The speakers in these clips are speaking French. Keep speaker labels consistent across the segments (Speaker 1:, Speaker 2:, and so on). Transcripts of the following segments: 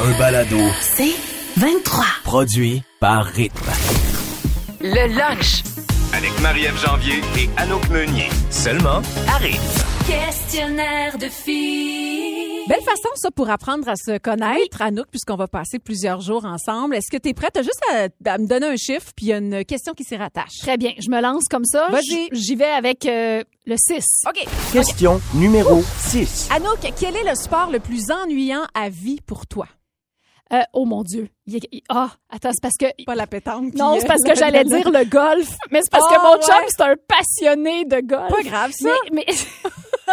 Speaker 1: Un balado
Speaker 2: C'est 23.
Speaker 1: produit par Rythme.
Speaker 2: Le lunch.
Speaker 3: avec Marie-Ève Janvier et Anouk Meunier. Seulement à rythme.
Speaker 4: Questionnaire de filles.
Speaker 5: Belle façon, ça, pour apprendre à se connaître, Anouk, puisqu'on va passer plusieurs jours ensemble. Est-ce que tu es prête T'as juste à, à me donner un chiffre, puis il y a une question qui s'y rattache?
Speaker 6: Très bien, je me lance comme ça.
Speaker 5: Vas-y.
Speaker 6: J- J'y vais avec euh, le 6.
Speaker 5: OK.
Speaker 1: Question numéro 6.
Speaker 5: Anouk, quel est le sport le plus ennuyant à vie pour toi?
Speaker 6: Euh, oh mon Dieu. Il est- il- Ah, attends, c'est parce que...
Speaker 5: Pas la pétanque.
Speaker 6: Non,
Speaker 5: puis,
Speaker 6: c'est
Speaker 5: euh,
Speaker 6: parce que j'allais dire le golf, mais c'est parce
Speaker 5: Ah,
Speaker 6: que mon chum,
Speaker 5: ouais.
Speaker 6: c'est un passionné de golf.
Speaker 5: Pas grave, ça.
Speaker 6: Mais, mais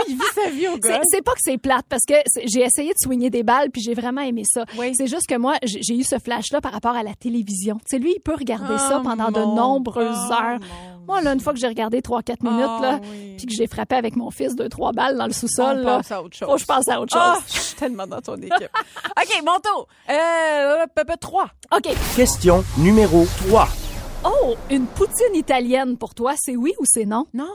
Speaker 5: Il vit sa vie au
Speaker 6: c'est
Speaker 5: golf.
Speaker 6: c'est pas que c'est plate, parce que c'est- j'ai essayé de soigner des balles, puis j'ai vraiment aimé ça.
Speaker 5: Oui.
Speaker 6: C'est juste que moi, j'ai j'ai eu ce flash-là par rapport à la télévision. Tu sais, lui, il peut regarder ça
Speaker 5: Oh,
Speaker 6: pendant de
Speaker 5: mon-
Speaker 6: nombreuses
Speaker 5: oh,
Speaker 6: heures.
Speaker 5: mon
Speaker 6: Moi, là, une fois que j'ai regardé 3-4
Speaker 5: Dieu.
Speaker 6: minutes,
Speaker 5: Ah,
Speaker 6: là,
Speaker 5: oui.
Speaker 6: puis que j'ai frappé avec mon fils deux, trois balles dans le sous-sol,
Speaker 5: On
Speaker 6: là,
Speaker 5: passe à autre chose.
Speaker 6: faut que je passe à autre
Speaker 5: Ah,
Speaker 6: chose.
Speaker 5: je suis tellement dans ton équipe. OK, mon tour. Euh, Pepe 3.
Speaker 6: OK.
Speaker 1: Question numéro 3.
Speaker 6: Oh, une poutine italienne pour toi, c'est oui ou c'est non?
Speaker 5: Non.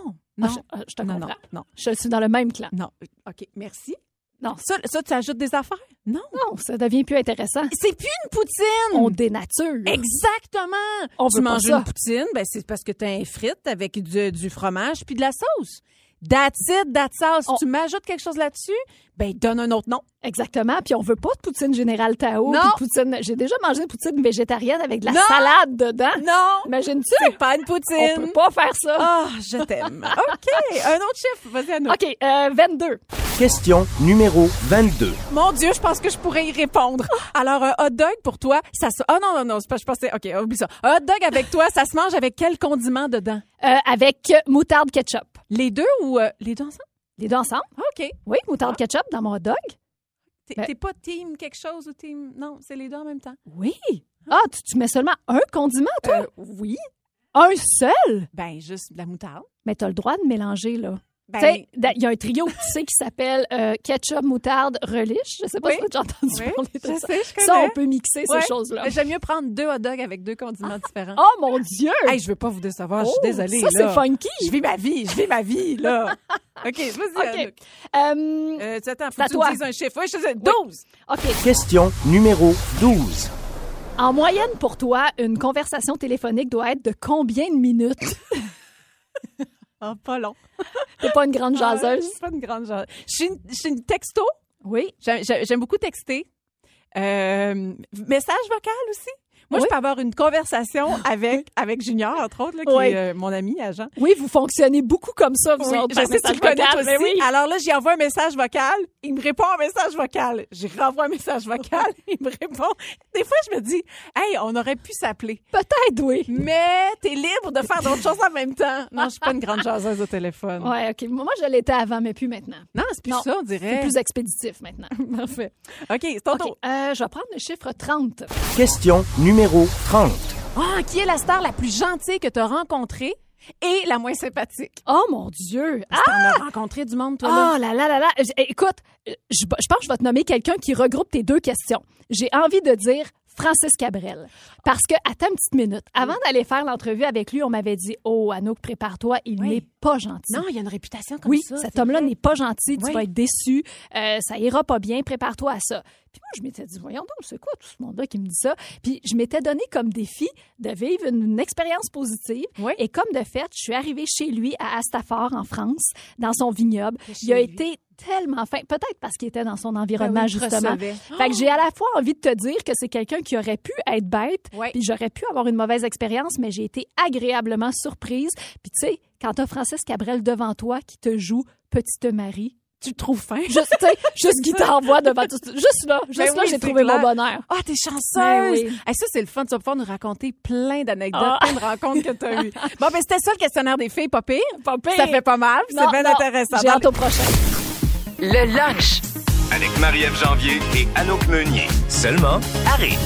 Speaker 6: Ah,
Speaker 5: Non.
Speaker 6: je, ah, je te
Speaker 5: non,
Speaker 6: comprends.
Speaker 5: non, non,
Speaker 6: Je suis dans le même clan.
Speaker 5: non. euh, OK, merci.
Speaker 6: Non.
Speaker 5: Ça, ça tu ajoutes des affaires? Non. Hmm.
Speaker 6: Non, ça devient plus intéressant.
Speaker 5: C'est plus une poutine.
Speaker 6: On dénature.
Speaker 5: Exactement.
Speaker 6: On
Speaker 5: tu
Speaker 6: veut pas
Speaker 5: manges
Speaker 6: ça.
Speaker 5: une poutine, ben c'est parce que tu as un frite avec du, du fromage puis de la sauce. That's it, that's all. Si
Speaker 6: On-
Speaker 5: tu m'ajoutes quelque chose là-dessus, ben donne un autre nom.
Speaker 6: Exactement. Puis on veut pas de poutine générale Tao.
Speaker 5: Non.
Speaker 6: puis de poutine. J'ai déjà mangé une poutine végétarienne avec de la
Speaker 5: Non.
Speaker 6: salade dedans.
Speaker 5: Non,
Speaker 6: Imagine-tu?
Speaker 5: c'est pas une
Speaker 6: On
Speaker 5: poutine.
Speaker 6: peut pas faire ça.
Speaker 5: Ah, je t'aime. OK, un autre chiffre. Vas-y, Anouk.
Speaker 6: OK, euh, 22.
Speaker 1: Question numéro 22.
Speaker 5: Mon Dieu, je pense que je pourrais y répondre. Alors, un hot dog pour toi, ça se... Ah non, non, non, c'est pas- je pensais... OK, oublie ça. Un hot dog avec toi, ça se mange avec quel condiment dedans?
Speaker 6: Euh, avec euh, moutarde ketchup.
Speaker 5: Les deux ou... euh, les deux ensemble?
Speaker 6: Les deux ensemble?
Speaker 5: Ah, OK.
Speaker 6: Oui, moutarde
Speaker 5: Ah.
Speaker 6: ketchup dans mon hot dog.
Speaker 5: T'es
Speaker 6: Ben-
Speaker 5: t'es pas team quelque chose ou team... Non, c'est les deux en même temps.
Speaker 6: Oui. Ah, tu, tu mets seulement un condiment, toi?
Speaker 5: oui.
Speaker 6: Un seul?
Speaker 5: Euh, Ben, juste de la moutarde.
Speaker 6: Mais t'as le droit de mélanger, là. Tu
Speaker 5: Ben,
Speaker 6: sais, da- Il y a un trio tu sais, qui s'appelle euh, ketchup, moutarde, relish. Je sais pas
Speaker 5: Oui.
Speaker 6: si tu as entendu
Speaker 5: Oui,
Speaker 6: parler de
Speaker 5: je
Speaker 6: ça.
Speaker 5: sais, je connais.
Speaker 6: Ça, on peut mixer
Speaker 5: Ouais.
Speaker 6: ces choses-là.
Speaker 5: Mais J'aime mieux prendre deux hot dogs avec deux condiments différents.
Speaker 6: Oh mon Dieu!
Speaker 5: Hey, je veux pas vous décevoir, je
Speaker 6: Oh,
Speaker 5: suis désolée.
Speaker 6: Ça,
Speaker 5: là.
Speaker 6: c'est funky.
Speaker 5: Je vis ma vie, je vis ma vie, là. OK, vas-y,
Speaker 6: OK.
Speaker 5: Anouk.
Speaker 6: Euh,
Speaker 5: Euh, tu attends, faut
Speaker 6: C'est à
Speaker 5: que tu
Speaker 6: toi.
Speaker 5: me dises un chiffre. Oui, je sais, 12.
Speaker 6: OK.
Speaker 1: Question numéro 12.
Speaker 6: En moyenne, pour toi, une conversation téléphonique doit être de combien de minutes?
Speaker 5: Ah, pas long.
Speaker 6: T'es pas une grande
Speaker 5: Ah, Je
Speaker 6: jaseuse.
Speaker 5: suis pas une grande jaseuse. Je suis une, je suis une texto.
Speaker 6: Oui.
Speaker 5: J'aime- J'aime j'aime beaucoup texter. Euh, message vocal aussi. Moi,
Speaker 6: Oui. Ah,
Speaker 5: je peux avoir une conversation avec, avec Junior, entre autres, là, qui
Speaker 6: Oui.
Speaker 5: est euh, mon ami, agent.
Speaker 6: Oui, vous fonctionnez beaucoup comme ça, vous
Speaker 5: Oui,
Speaker 6: autres,
Speaker 5: je sais
Speaker 6: par
Speaker 5: que tu
Speaker 6: message
Speaker 5: le connais
Speaker 6: vocal,
Speaker 5: toi
Speaker 6: mais
Speaker 5: aussi.
Speaker 6: Ben oui.
Speaker 5: Alors là, j'y envoie un message vocal. Il me répond un message vocal. J'y renvoie un message vocal. Il me répond. Des fois, je me dis, hey, on aurait pu s'appeler.
Speaker 6: Peut-être, oui.
Speaker 5: Mm. Mais t'es libre de faire d'autres choses en même temps. Non, je suis pas une grande jaseuse au téléphone.
Speaker 6: Ouais, OK. Moi, je l'étais avant, mais plus maintenant.
Speaker 5: Non, c'est plus
Speaker 6: Non,
Speaker 5: ça, on
Speaker 6: C'est
Speaker 5: dirait.
Speaker 6: plus expéditif maintenant.
Speaker 5: Parfait. OK, c'est ton
Speaker 6: OK.
Speaker 5: tour.
Speaker 6: Euh, je vais prendre le chiffre 30.
Speaker 1: Question numéro 30.
Speaker 5: Ah, qui est la star la plus gentille que t'as rencontrée et la moins sympathique?
Speaker 6: Oh mon Dieu! Ah!
Speaker 5: T'en as rencontré du monde, toi, là?
Speaker 6: Oh là là là là! J- Écoute, euh, je, je pense que je vais te nommer quelqu'un qui regroupe tes deux questions. J'ai envie de dire Francis Cabrel. Parce que, attends une petite minute. Avant d'aller faire l'entrevue avec lui, on m'avait dit Oh, Anouk, prépare-toi, il
Speaker 5: Oui.
Speaker 6: n'est pas gentil.
Speaker 5: il y a une réputation comme
Speaker 6: oui, cet homme-là n'est pas gentil, tu
Speaker 5: Oui.
Speaker 6: vas être déçu, euh, ça ira pas bien, prépare-toi à ça. Puis moi, je m'étais dit, voyons donc, c'est quoi tout ce monde-là qui me dit ça? Puis je m'étais donné comme défi de vivre une, une expérience positive.
Speaker 5: Oui.
Speaker 6: Et comme de fait, je suis arrivée chez lui à Astafort, en France, dans son vignoble.
Speaker 5: chez
Speaker 6: Il a
Speaker 5: lui.
Speaker 6: été tellement fin, peut-être parce qu'il était dans son environnement,
Speaker 5: Ben oui, il te
Speaker 6: justement.
Speaker 5: recevait.
Speaker 6: Fait que j'ai à la fois envie de te dire que c'est quelqu'un qui aurait pu être bête,
Speaker 5: Ouais.
Speaker 6: puis j'aurais pu avoir une mauvaise expérience, mais j'ai été agréablement surprise. Puis tu sais, quand t'as Francis Cabrel devant toi qui te joue Petite Marie,
Speaker 5: Tu te trouves fin?
Speaker 6: juste, tu sais, juste guitare-voix devant tout, juste là, juste
Speaker 5: Ben
Speaker 6: là,
Speaker 5: oui,
Speaker 6: j'ai
Speaker 5: c'est
Speaker 6: trouvé
Speaker 5: clair.
Speaker 6: mon bonheur.
Speaker 5: Ah, t'es chanceuse!
Speaker 6: Mais
Speaker 5: Et
Speaker 6: oui.
Speaker 5: ça, c'est le fun. Tu vas pouvoir nous raconter plein d'anecdotes,
Speaker 6: Ah.
Speaker 5: plein de rencontres que t'as eues. Bon, ben, c'était ça le questionnaire des filles, pas pire.
Speaker 6: Pas pire.
Speaker 5: Ça fait pas mal. puis
Speaker 6: Non,
Speaker 5: C'est bien
Speaker 6: non,
Speaker 5: intéressant. ben,
Speaker 6: J'ai
Speaker 5: Dans-
Speaker 6: hâte au prochain.
Speaker 2: Le lunch.
Speaker 3: Avec Marie-Ève Janvier et Anouk Meunier. Seulement à rythme.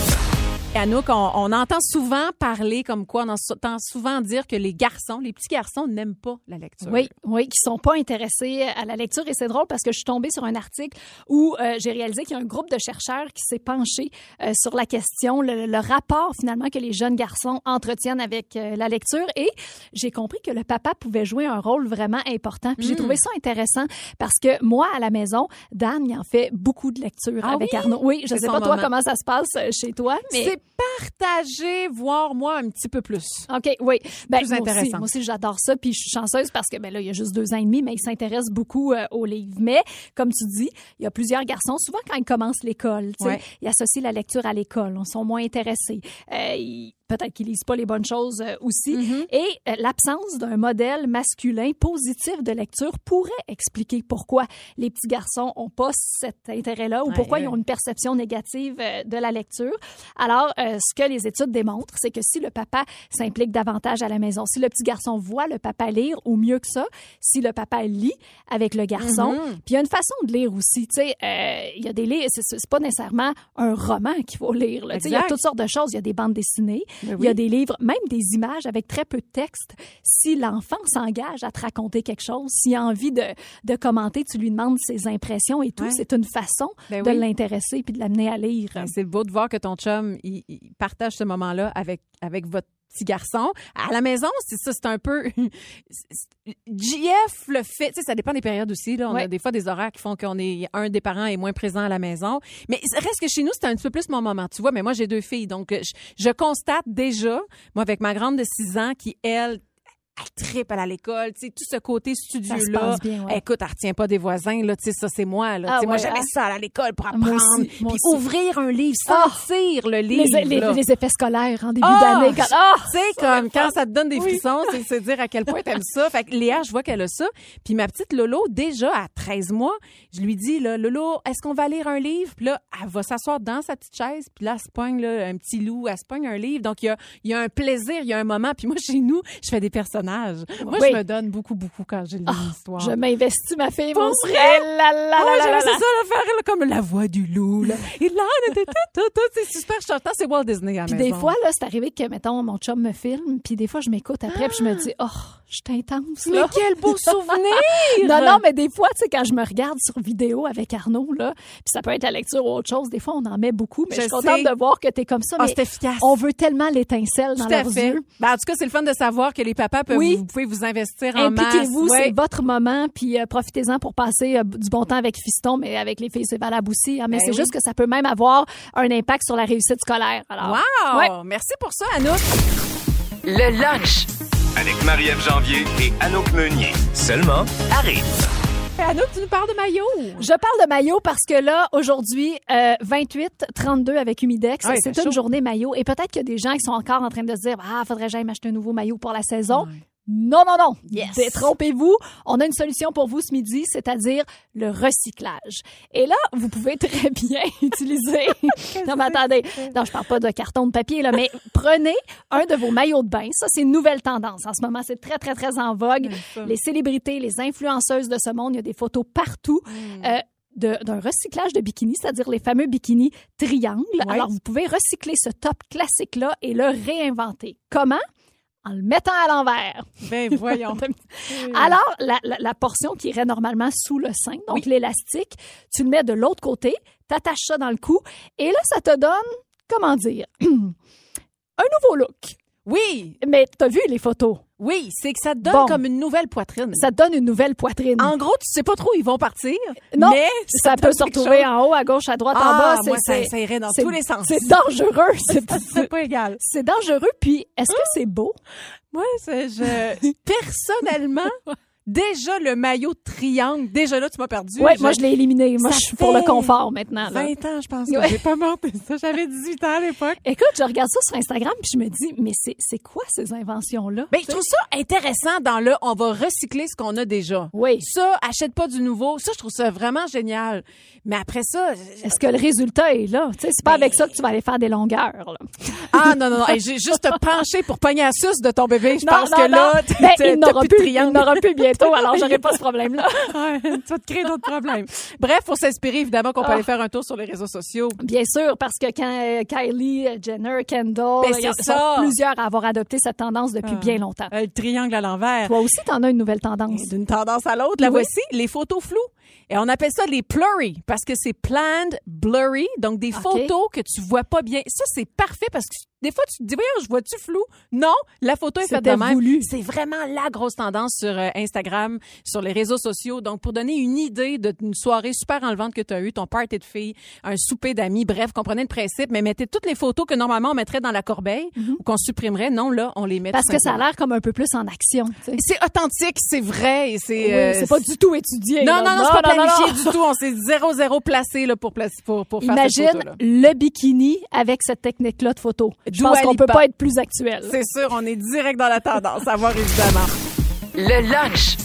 Speaker 5: Anouk, on, on entend souvent parler comme quoi, on entend souvent dire que les garçons, les petits garçons n'aiment pas la lecture.
Speaker 6: Oui, oui, qui sont pas intéressés à la lecture. Et c'est drôle parce que je suis tombée sur un article où euh, j'ai réalisé qu'il y a un groupe de chercheurs qui s'est penché euh, sur la question, le, le rapport finalement que les jeunes garçons entretiennent avec euh, la lecture. Et j'ai compris que le papa pouvait jouer un rôle vraiment important. Puis j'ai trouvé
Speaker 5: Hmm.
Speaker 6: ça intéressant parce que moi, à la maison, Dan, il en fait beaucoup de lecture
Speaker 5: Ah
Speaker 6: avec
Speaker 5: oui?
Speaker 6: Arnaud. Oui, je
Speaker 5: C'est
Speaker 6: sais
Speaker 5: son
Speaker 6: pas toi
Speaker 5: moment.
Speaker 6: comment ça se passe euh, chez toi, mais...
Speaker 5: C'est partagé, voire moi un petit peu plus.
Speaker 6: OK, oui. Ben,
Speaker 5: Plus
Speaker 6: moi aussi,
Speaker 5: intéressant.
Speaker 6: moi aussi, j'adore ça. Puis je suis chanceuse parce que ben là, il y a juste deux ans et demi, mais il s'intéresse beaucoup euh, aux livres. Mais comme tu dis, il y a plusieurs garçons. Souvent, quand ils commencent l'école, tu sais,
Speaker 5: Ouais.
Speaker 6: ils associent la lecture à l'école. On sont moins intéressés. Euh, ils- Peut-être qu'ils lisent pas les bonnes choses euh, aussi.
Speaker 5: Mm-hmm. Mhm.
Speaker 6: Et euh, l'absence d'un modèle masculin positif de lecture pourrait expliquer pourquoi les petits garçons ont pas cet intérêt-là ou
Speaker 5: Ouais,
Speaker 6: pourquoi ils
Speaker 5: ouais.
Speaker 6: ont une perception négative euh, de la lecture. Alors, euh, ce que les études démontrent, c'est que si le papa s'implique davantage à la maison, si le petit garçon voit le papa lire, ou mieux que ça, si le papa lit avec le garçon,
Speaker 5: Mhm.
Speaker 6: puis il y a une façon de lire aussi. Tu sais, euh, il y a des livres, c'est- c'est pas nécessairement un roman qu'il faut lire. là. Tu sais, il y a
Speaker 5: Exact.
Speaker 6: toutes sortes de choses. Il y a des bandes dessinées,
Speaker 5: Ben
Speaker 6: il y a
Speaker 5: oui.
Speaker 6: des livres, même des images avec très peu de texte. Si l'enfant s'engage à te raconter quelque chose, s'il a envie de, de commenter, tu lui demandes ses impressions et tout.
Speaker 5: Ouais.
Speaker 6: C'est une façon
Speaker 5: Ben
Speaker 6: de
Speaker 5: oui.
Speaker 6: l'intéresser puis de l'amener à lire.
Speaker 5: Ben, C'est beau de voir que ton chum il, il partage ce moment-là avec avec votre petit garçon. À la maison, c'est ça, c'est un peu c'est- JF le fait, tu sais, ça dépend des périodes aussi là, on a
Speaker 6: Ouais.
Speaker 5: des fois des horaires qui font qu'on est un des parents est moins présent à la maison, mais ça reste que chez nous, c'est un petit peu plus mon moment, tu vois, mais moi j'ai deux filles donc euh, je, je constate déjà moi avec ma grande de 6 ans qui elle elle tripe à l'école, tu sais, tout ce côté
Speaker 6: Ça se
Speaker 5: studieux là.
Speaker 6: passe bien, ouais.
Speaker 5: Écoute, elle retient pas des voisins, là, tu sais, ça, c'est moi, là.
Speaker 6: Ah
Speaker 5: Tu sais, moi,
Speaker 6: ouais,
Speaker 5: j'aimais
Speaker 6: hein?
Speaker 5: ça, aller à l'école pour
Speaker 6: Moi
Speaker 5: apprendre.
Speaker 6: aussi, moi
Speaker 5: puis
Speaker 6: aussi.
Speaker 5: ouvrir un livre,
Speaker 6: Ah!
Speaker 5: sentir le
Speaker 6: Les,
Speaker 5: livre.
Speaker 6: les-
Speaker 5: là.
Speaker 6: les effets scolaires en début
Speaker 5: Ah!
Speaker 6: d'année. quand- Ah!
Speaker 5: Tu sais, comme quand ça te donne des frissons, c'est c'est dire à quel point t'aimes ça. Fait que Léa, je vois qu'elle a ça. Puis ma petite Lolo, déjà à 13 mois, je lui dis, là, Lolo, est-ce qu'on va lire un livre? Puis là, elle va s'asseoir dans sa petite chaise, puis là, elle se pogne là, un petit loup, elle se pogne un livre. Donc, il y a, il y a un plaisir, il y a un moment. Puis moi, chez nous, je fais des personnages. Moi,
Speaker 6: Oui. Ah,
Speaker 5: je me donne beaucoup, beaucoup quand j'ai lu une histoire.
Speaker 6: Je m'investis, ma fille.
Speaker 5: Pour
Speaker 6: mon Eh
Speaker 5: vrai? Ah
Speaker 6: frère. La, la, la,
Speaker 5: Ouais,
Speaker 6: la, la,
Speaker 5: j'aimais ça,
Speaker 6: la.
Speaker 5: le faire là, comme la voix du loup. Là. Et là, on était tout, tout, tout, c'est super chantant. C'est Walt Disney à la
Speaker 6: Puis des
Speaker 5: maison.
Speaker 6: fois, là, c'est arrivé que, mettons, mon chum me filme, puis des fois, je m'écoute après, puis je me dis, oh, je suis intense,
Speaker 5: Ah! Mais
Speaker 6: là.
Speaker 5: quel beau souvenir!
Speaker 6: Non, non, mais des fois, tu sais, quand je me regarde sur vidéo avec Arnaud, là, puis ça peut être la lecture ou autre chose, des fois, on en met beaucoup, mais je,
Speaker 5: Je
Speaker 6: suis contente
Speaker 5: sais.
Speaker 6: de voir que t'es comme ça,
Speaker 5: Ah,
Speaker 6: mais
Speaker 5: c'est efficace.
Speaker 6: on veut tellement l'étincelle dans
Speaker 5: Tout à
Speaker 6: leurs
Speaker 5: fait.
Speaker 6: yeux.
Speaker 5: Ben, en tout cas, c'est le fun de savoir que les papas peuvent,
Speaker 6: Oui.
Speaker 5: vous pouvez vous investir en masse.
Speaker 6: Impliquez-vous,
Speaker 5: Ouais.
Speaker 6: c'est votre moment, puis euh, profitez-en pour passer euh, du bon temps avec Fiston, mais avec les filles, c'est valable aussi. hein, mais
Speaker 5: Ben
Speaker 6: c'est
Speaker 5: oui.
Speaker 6: juste que ça peut même avoir un impact sur la réussite scolaire. Alors,
Speaker 5: Wow!
Speaker 6: Ouais.
Speaker 5: Merci pour ça, Anouk.
Speaker 2: le lunch.
Speaker 3: Avec Marie-Ève Janvier et Anouk Meunier. Seulement à rythme.
Speaker 5: Anouk, tu nous parles de maillot.
Speaker 6: Je parle de maillot parce que là, aujourd'hui, euh, 28, 32 avec Humidex,
Speaker 5: Ah, il
Speaker 6: c'est
Speaker 5: fait
Speaker 6: une
Speaker 5: chaud.
Speaker 6: journée maillot. Et peut-être qu'il y a des gens qui sont encore en train de se dire, ah, faudrait que j'aille m'acheter un nouveau maillot pour la saison. Non, non, non.
Speaker 5: Yes.
Speaker 6: Détrompez-vous. On a une solution pour vous ce midi, c'est-à-dire le recyclage. Et là, vous pouvez très bien utiliser. non, mais attendez. Non, je parle pas de carton de papier, là, mais prenez un de vos maillots de bain. Ça, c'est une nouvelle tendance. En ce moment, c'est très, très, très en vogue. Les célébrités, les influenceuses de ce monde, il y a des photos partout. euh, de- d'un recyclage de bikini, c'est-à-dire les fameux bikinis triangles. Alors, vous pouvez recycler ce top classique-là et le réinventer. Comment? En le mettant à l'envers.
Speaker 5: Ben, voyons.
Speaker 6: Alors, la, la- la portion qui irait normalement sous le sein, donc l'élastique, tu le mets de l'autre côté, t'attaches ça dans le cou, et là, ça te donne, comment dire, un nouveau look.
Speaker 5: oui,
Speaker 6: Mais t'as vu les photos?
Speaker 5: oui, c'est que ça te donne
Speaker 6: Bon.
Speaker 5: comme une nouvelle poitrine.
Speaker 6: Ça te donne une nouvelle poitrine.
Speaker 5: En gros, tu sais pas trop où ils vont partir.
Speaker 6: Non,
Speaker 5: mais
Speaker 6: ça,
Speaker 5: te
Speaker 6: peut
Speaker 5: donne
Speaker 6: se
Speaker 5: quelque
Speaker 6: retrouver
Speaker 5: chose.
Speaker 6: en haut, à gauche, à droite, en
Speaker 5: Ah,
Speaker 6: bas. C'est-
Speaker 5: moi, ça,
Speaker 6: c'est-
Speaker 5: ça irait dans
Speaker 6: c'est-
Speaker 5: tous les sens.
Speaker 6: C'est dangereux. C'est
Speaker 5: C'est pas égal.
Speaker 6: c'est dangereux. Puis, est-ce
Speaker 5: Ah.
Speaker 6: que c'est beau?
Speaker 5: Moi, c'est- je personnellement, déjà le maillot triangle, déjà là, tu m'as perdu.
Speaker 6: Ouais,
Speaker 5: Je-
Speaker 6: moi, je l'ai éliminé. Moi,
Speaker 5: Ça
Speaker 6: je suis pour le
Speaker 5: fait
Speaker 6: confort maintenant. là.
Speaker 5: 20 ans, je pense que
Speaker 6: Ouais.
Speaker 5: j'ai pas monté ça. J'avais 18 ans à l'époque.
Speaker 6: Écoute, je regarde ça sur Instagram puis je me dis, mais c'est c'est quoi ces inventions-là?
Speaker 5: Ben, je trouve ça intéressant dans le on va recycler ce qu'on a déjà.
Speaker 6: Oui.
Speaker 5: Ça, achète pas du nouveau. Ça, je trouve ça vraiment génial. Mais après ça, je-
Speaker 6: Est-ce que le résultat est là? Tu sais, C'est pas
Speaker 5: Ben-
Speaker 6: avec ça que tu vas aller faire des longueurs. là.
Speaker 5: ah non, non, non. Hey, j'ai juste penché pour pogner la suce de ton bébé. Je
Speaker 6: Non,
Speaker 5: pense
Speaker 6: non,
Speaker 5: que
Speaker 6: non.
Speaker 5: là,
Speaker 6: Ben,
Speaker 5: t'as-
Speaker 6: il
Speaker 5: t'as
Speaker 6: n'aura
Speaker 5: plus
Speaker 6: plus,
Speaker 5: de
Speaker 6: il
Speaker 5: triangle.
Speaker 6: n'aura plus, bien bientôt, alors j'aurai pas ce problème-là.
Speaker 5: Ouais, tu vas te créer d'autres problèmes. Bref, faut s'inspirer, évidemment, qu'on peut
Speaker 6: Ah.
Speaker 5: aller faire un tour sur les réseaux sociaux.
Speaker 6: Bien sûr, parce que quand euh, Kylie Jenner, Kendall,
Speaker 5: Ben,
Speaker 6: il
Speaker 5: c'est
Speaker 6: y en
Speaker 5: ça.
Speaker 6: sont plusieurs à avoir adopté cette tendance depuis
Speaker 5: Ah.
Speaker 6: bien longtemps.
Speaker 5: Euh, le triangle à l'envers.
Speaker 6: Toi aussi, t'en as une nouvelle tendance.
Speaker 5: Et D'une tendance à l'autre, la
Speaker 6: Oui.
Speaker 5: voici, les photos floues. Et on appelle ça les blurry parce que c'est planned blurry, donc des
Speaker 6: Ok.
Speaker 5: photos que tu vois pas bien. Ça, c'est parfait parce que des fois, tu te dis, voyons, je vois-tu flou? Non, la photo est faite de
Speaker 6: C'était
Speaker 5: même.
Speaker 6: voulu.
Speaker 5: C'est vraiment la grosse tendance sur euh, Instagram, sur les réseaux sociaux. Donc, pour donner une idée de- d'une soirée super enlevante que tu as eue, ton party de filles, un souper d'amis, bref, comprenez le principe, mais mettez toutes les photos que normalement on mettrait dans la corbeille ou qu'on supprimerait. Non, là, on les met
Speaker 6: Mhm. Parce
Speaker 5: tout
Speaker 6: que ça a
Speaker 5: simplement.
Speaker 6: l'air comme un peu plus en action. tu sais.
Speaker 5: C'est authentique, c'est vrai et c'est.
Speaker 6: Oui,
Speaker 5: euh,
Speaker 6: c'est pas du tout étudié.
Speaker 5: non,
Speaker 6: là.
Speaker 5: non, non, c'est pas
Speaker 6: non, non,
Speaker 5: planifié
Speaker 6: non.
Speaker 5: du tout. On s'est zéro, zéro placé là, pour, placer- pour, pour faire cette
Speaker 6: Imagine
Speaker 5: photo-là.
Speaker 6: le bikini avec cette technique-là de photo. Je
Speaker 5: Dua
Speaker 6: pense qu'on peut
Speaker 5: Lipa.
Speaker 6: pas être plus actuel.
Speaker 5: C'est sûr, on est direct dans la tendance, à voir évidemment.
Speaker 2: Le lunch.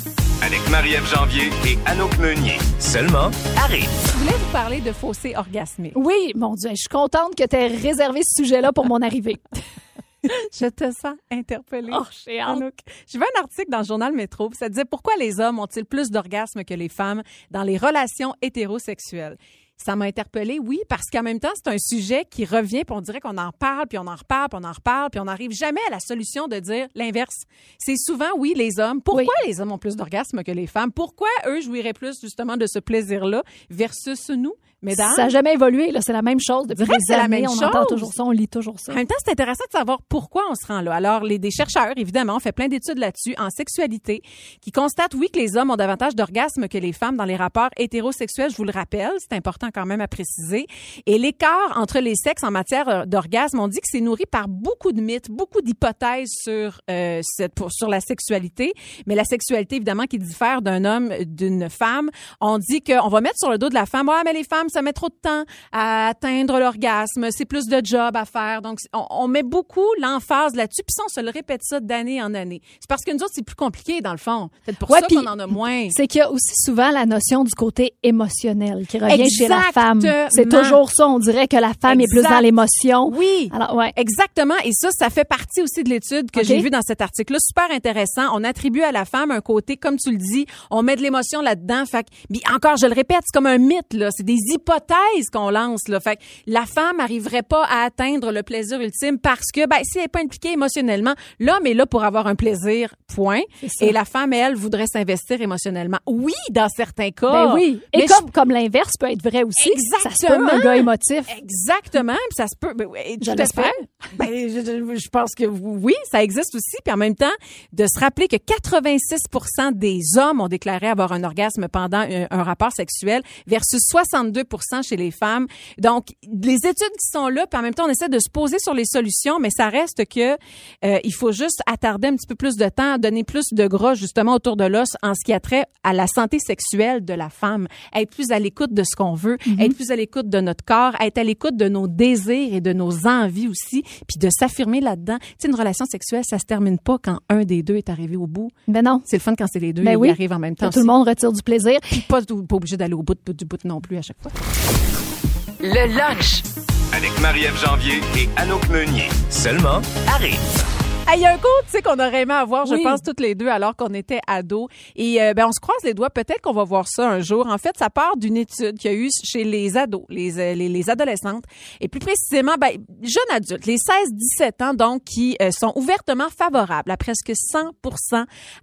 Speaker 3: Avec Marie-Ève Janvier et Anouk Meunier. Seulement à rythme.
Speaker 5: Je voulais vous parler de fossé orgasmique.
Speaker 6: Oui, mon Dieu, je suis contente que tu aies réservé ce sujet-là pour mon arrivée.
Speaker 5: Je te sens interpellée.
Speaker 6: Oh, j'ai hâte.
Speaker 5: Anouk. J'ai vu un article dans le journal Métro, puis ça disait pourquoi les hommes ont-ils plus d'orgasmes que les femmes dans les relations hétérosexuelles. Ça m'a interpellée, oui, parce qu'en même temps, c'est un sujet qui revient, puis on dirait qu'on en parle, puis on en reparle, puis on en reparle, puis on n'arrive jamais à la solution de dire l'inverse. C'est souvent, oui, les hommes. Pourquoi les hommes ont plus d'orgasmes que les femmes? Pourquoi eux jouiraient plus, justement, de ce plaisir-là versus nous, mesdames?
Speaker 6: Ça n'a jamais évolué, là. C'est la même chose depuis
Speaker 5: Vrai que
Speaker 6: des
Speaker 5: c'est la
Speaker 6: années.
Speaker 5: même
Speaker 6: on entend
Speaker 5: chose.
Speaker 6: toujours ça, on lit toujours ça.
Speaker 5: En même temps, c'est intéressant de savoir pourquoi on se rend là. Alors, les, des chercheurs, évidemment, ont fait plein d'études là-dessus en sexualité qui constatent, oui, que les hommes ont davantage d'orgasmes que les femmes dans les rapports hétérosexuels. Je vous le rappelle, c'est important quand même à préciser. Et l'écart entre les sexes en matière euh, d'orgasme, on dit que c'est nourri par beaucoup de mythes, beaucoup d'hypothèses sur, euh, cette, pour- sur la sexualité. Mais la sexualité, évidemment, qui diffère d'un homme, euh, d'une femme. On dit qu'on va mettre sur le dos de la femme, ah, mais les femmes, ça met trop de temps à atteindre l'orgasme, c'est plus de job à faire. Donc, on, on met beaucoup l'emphase là-dessus, puis ça, on se le répète ça d'année en année. C'est parce que nous autres, c'est plus compliqué, dans le fond. C'est pour
Speaker 6: Ouais,
Speaker 5: ça
Speaker 6: puis-
Speaker 5: qu'on en a moins.
Speaker 6: C'est qu'il y a aussi souvent la notion du côté émotionnel qui revient chez la femme.
Speaker 5: Exactement.
Speaker 6: C'est toujours ça, on dirait que la femme est plus
Speaker 5: Exact.
Speaker 6: dans l'émotion.
Speaker 5: Oui.
Speaker 6: Alors, ouais.
Speaker 5: Exactement. Et ça, ça fait partie aussi de l'étude que
Speaker 6: OK.
Speaker 5: j'ai vue dans cet article-là. Super intéressant. On attribue à la femme un côté, comme tu le dis, on met de l'émotion là-dedans. Fait que- puis encore, je le répète, c'est comme un mythe, là. C'est des hypothèses qu'on lance, là. Fait que la femme arriverait pas à atteindre le plaisir ultime parce que, ben, si elle est pas impliquée émotionnellement, l'homme est là pour avoir un plaisir, point.
Speaker 6: ça.
Speaker 5: Et la femme, elle, voudrait s'investir émotionnellement. Oui, dans certains cas.
Speaker 6: Ben oui. Et
Speaker 5: Mais je-
Speaker 6: comme, comme l'inverse peut être vrai aussi. Ça se peut, un
Speaker 5: Exactement.
Speaker 6: gars émotif.
Speaker 5: Exactement, puis ça se peut. ben, ouais, tout à
Speaker 6: l'espère.
Speaker 5: fait. Ben, je, je- je pense que oui, ça existe aussi. Puis en même temps, de se rappeler que 86 des hommes ont déclaré avoir un orgasme pendant un, un rapport sexuel versus 62 chez les femmes. Donc, les études qui sont là, puis en même temps, on essaie de se poser sur les solutions, mais ça reste que euh, il faut juste attarder un petit peu plus de temps, donner plus de gras justement autour de l'os en ce qui a trait à la santé sexuelle de la femme, être plus à l'écoute de ce qu'on veut,
Speaker 6: Mhm.
Speaker 5: être plus à l'écoute de notre corps, être à l'écoute de nos désirs et de nos envies aussi, puis de s'affirmer là-dedans. Tu sais, une relation sexuelle, ça se termine pas quand un des deux est arrivé au bout.
Speaker 6: Ben non.
Speaker 5: C'est le fun quand c'est les deux
Speaker 6: Ben
Speaker 5: ils
Speaker 6: oui.
Speaker 5: arrivent en même
Speaker 6: Que
Speaker 5: temps.
Speaker 6: tout le monde retire du plaisir.
Speaker 5: Puis pas, pas obligé d'aller au bout de- du bout non plus à chaque fois.
Speaker 2: Le lunch.
Speaker 3: Avec Marie-Ève Janvier et Anouk Meunier. Seulement à rythme.
Speaker 5: Hey, Il y a un coup, tu sais, qu'on aurait aimé avoir,
Speaker 6: Oui.
Speaker 5: je pense, toutes les deux, alors qu'on était ados. Et euh, ben, on se croise les doigts. Peut-être qu'on va voir ça un jour. En fait, ça part d'une étude qu'il y a eu chez les ados, les, euh, les, les adolescentes, et plus précisément, ben, jeunes adultes, les 16-17 ans, donc, qui euh, sont ouvertement favorables à presque 100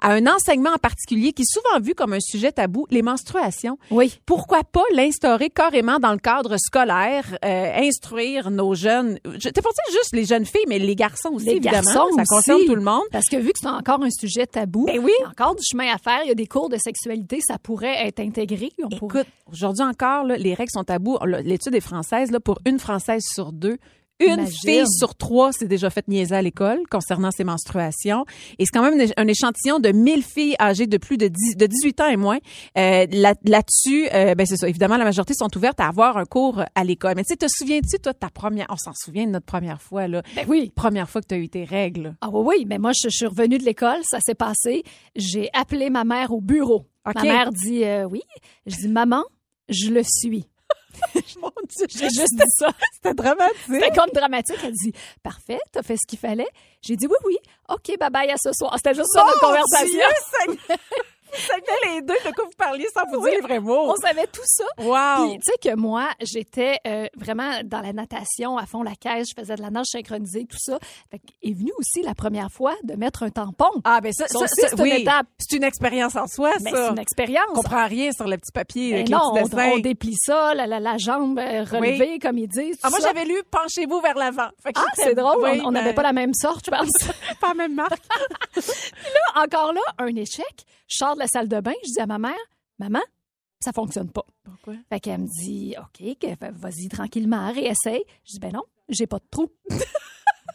Speaker 5: à un enseignement en particulier qui est souvent vu comme un sujet tabou, les menstruations
Speaker 6: Oui.
Speaker 5: pourquoi pas l'instaurer carrément dans le cadre scolaire, euh, instruire nos jeunes, je, t'es pas dit juste les jeunes filles, mais les garçons aussi,
Speaker 6: Les
Speaker 5: évidemment,
Speaker 6: garçons
Speaker 5: ça
Speaker 6: aussi.
Speaker 5: concerne tout le monde.
Speaker 6: Parce que vu que c'est encore un sujet tabou,
Speaker 5: Ben oui.
Speaker 6: il y a encore du chemin à faire. Il y a des cours de sexualité, ça pourrait être intégré. On pourrait-
Speaker 5: Écoute, aujourd'hui encore, là, les règles sont taboues. Le- L'étude est française, là, pour une Française sur deux. Une
Speaker 6: Imagine.
Speaker 5: fille sur trois s'est déjà faite niaiser à l'école concernant ses menstruations. Et c'est quand même un é- un échantillon de 1000 filles âgées de plus de, 10 de 18 ans et moins. Euh, là- Là-dessus, euh, ben c'est ça. Évidemment, la majorité sont ouvertes à avoir un cours euh, à l'école. Mais tu sais, te souviens-tu, toi, de ta première... On s'en souvient de notre première fois, là.
Speaker 6: Ben oui.
Speaker 5: Première fois que tu as eu tes règles.
Speaker 6: Ah oui, oui, mais moi, je, je suis revenue de l'école, ça s'est passé. J'ai appelé ma mère au bureau.
Speaker 5: OK.
Speaker 6: Ma mère dit euh, oui. Je dis maman, je le suis.
Speaker 5: Mon Dieu,
Speaker 6: J'ai juste dit ça.
Speaker 5: c'était dramatique.
Speaker 6: C'était comme dramatique. Elle dit parfait, t'as fait ce qu'il fallait. J'ai dit oui, oui. OK, bye bye à ce soir. C'était juste ça notre conversation.
Speaker 5: saviez les deux de quoi vous parliez sans vous dire les vrais mots.
Speaker 6: On savait tout ça.
Speaker 5: Wow!
Speaker 6: Puis, tu sais que moi, j'étais euh, vraiment dans la natation, à fond la caisse, je faisais de la nage synchronisée, tout ça. Fait que est venu aussi la première fois de mettre un tampon.
Speaker 5: ah, ben ça,
Speaker 6: Ça
Speaker 5: ça,
Speaker 6: aussi,
Speaker 5: ça,
Speaker 6: c'est une
Speaker 5: oui.
Speaker 6: étape.
Speaker 5: C'est une expérience en soi,
Speaker 6: Mais c'est
Speaker 5: ça.
Speaker 6: une expérience.
Speaker 5: On comprend rien sur le petit papier euh,
Speaker 6: Mais
Speaker 5: avec
Speaker 6: Ben non,
Speaker 5: les
Speaker 6: on,
Speaker 5: petits dessins.
Speaker 6: on déplie ça, la, la- la jambe euh, relevée, comme ils disent.
Speaker 5: Ah,
Speaker 6: tout
Speaker 5: moi,
Speaker 6: ça.
Speaker 5: j'avais lu Penchez-vous vers l'avant. Fait que
Speaker 6: Ah,
Speaker 5: j'étais-
Speaker 6: c'est drôle,
Speaker 5: Oui,
Speaker 6: on on n'avait
Speaker 5: ben,
Speaker 6: pas la même sorte, je pense.
Speaker 5: pas la même marque.
Speaker 6: Encore là, un échec. Je sors de la salle de bain, je dis à ma mère, maman, ça fonctionne pas.
Speaker 5: Pourquoi?
Speaker 6: Fait qu'elle me dit, OK, que- fait- vas-y tranquillement, réessaye. Je dis, ben non, j'ai pas de trou.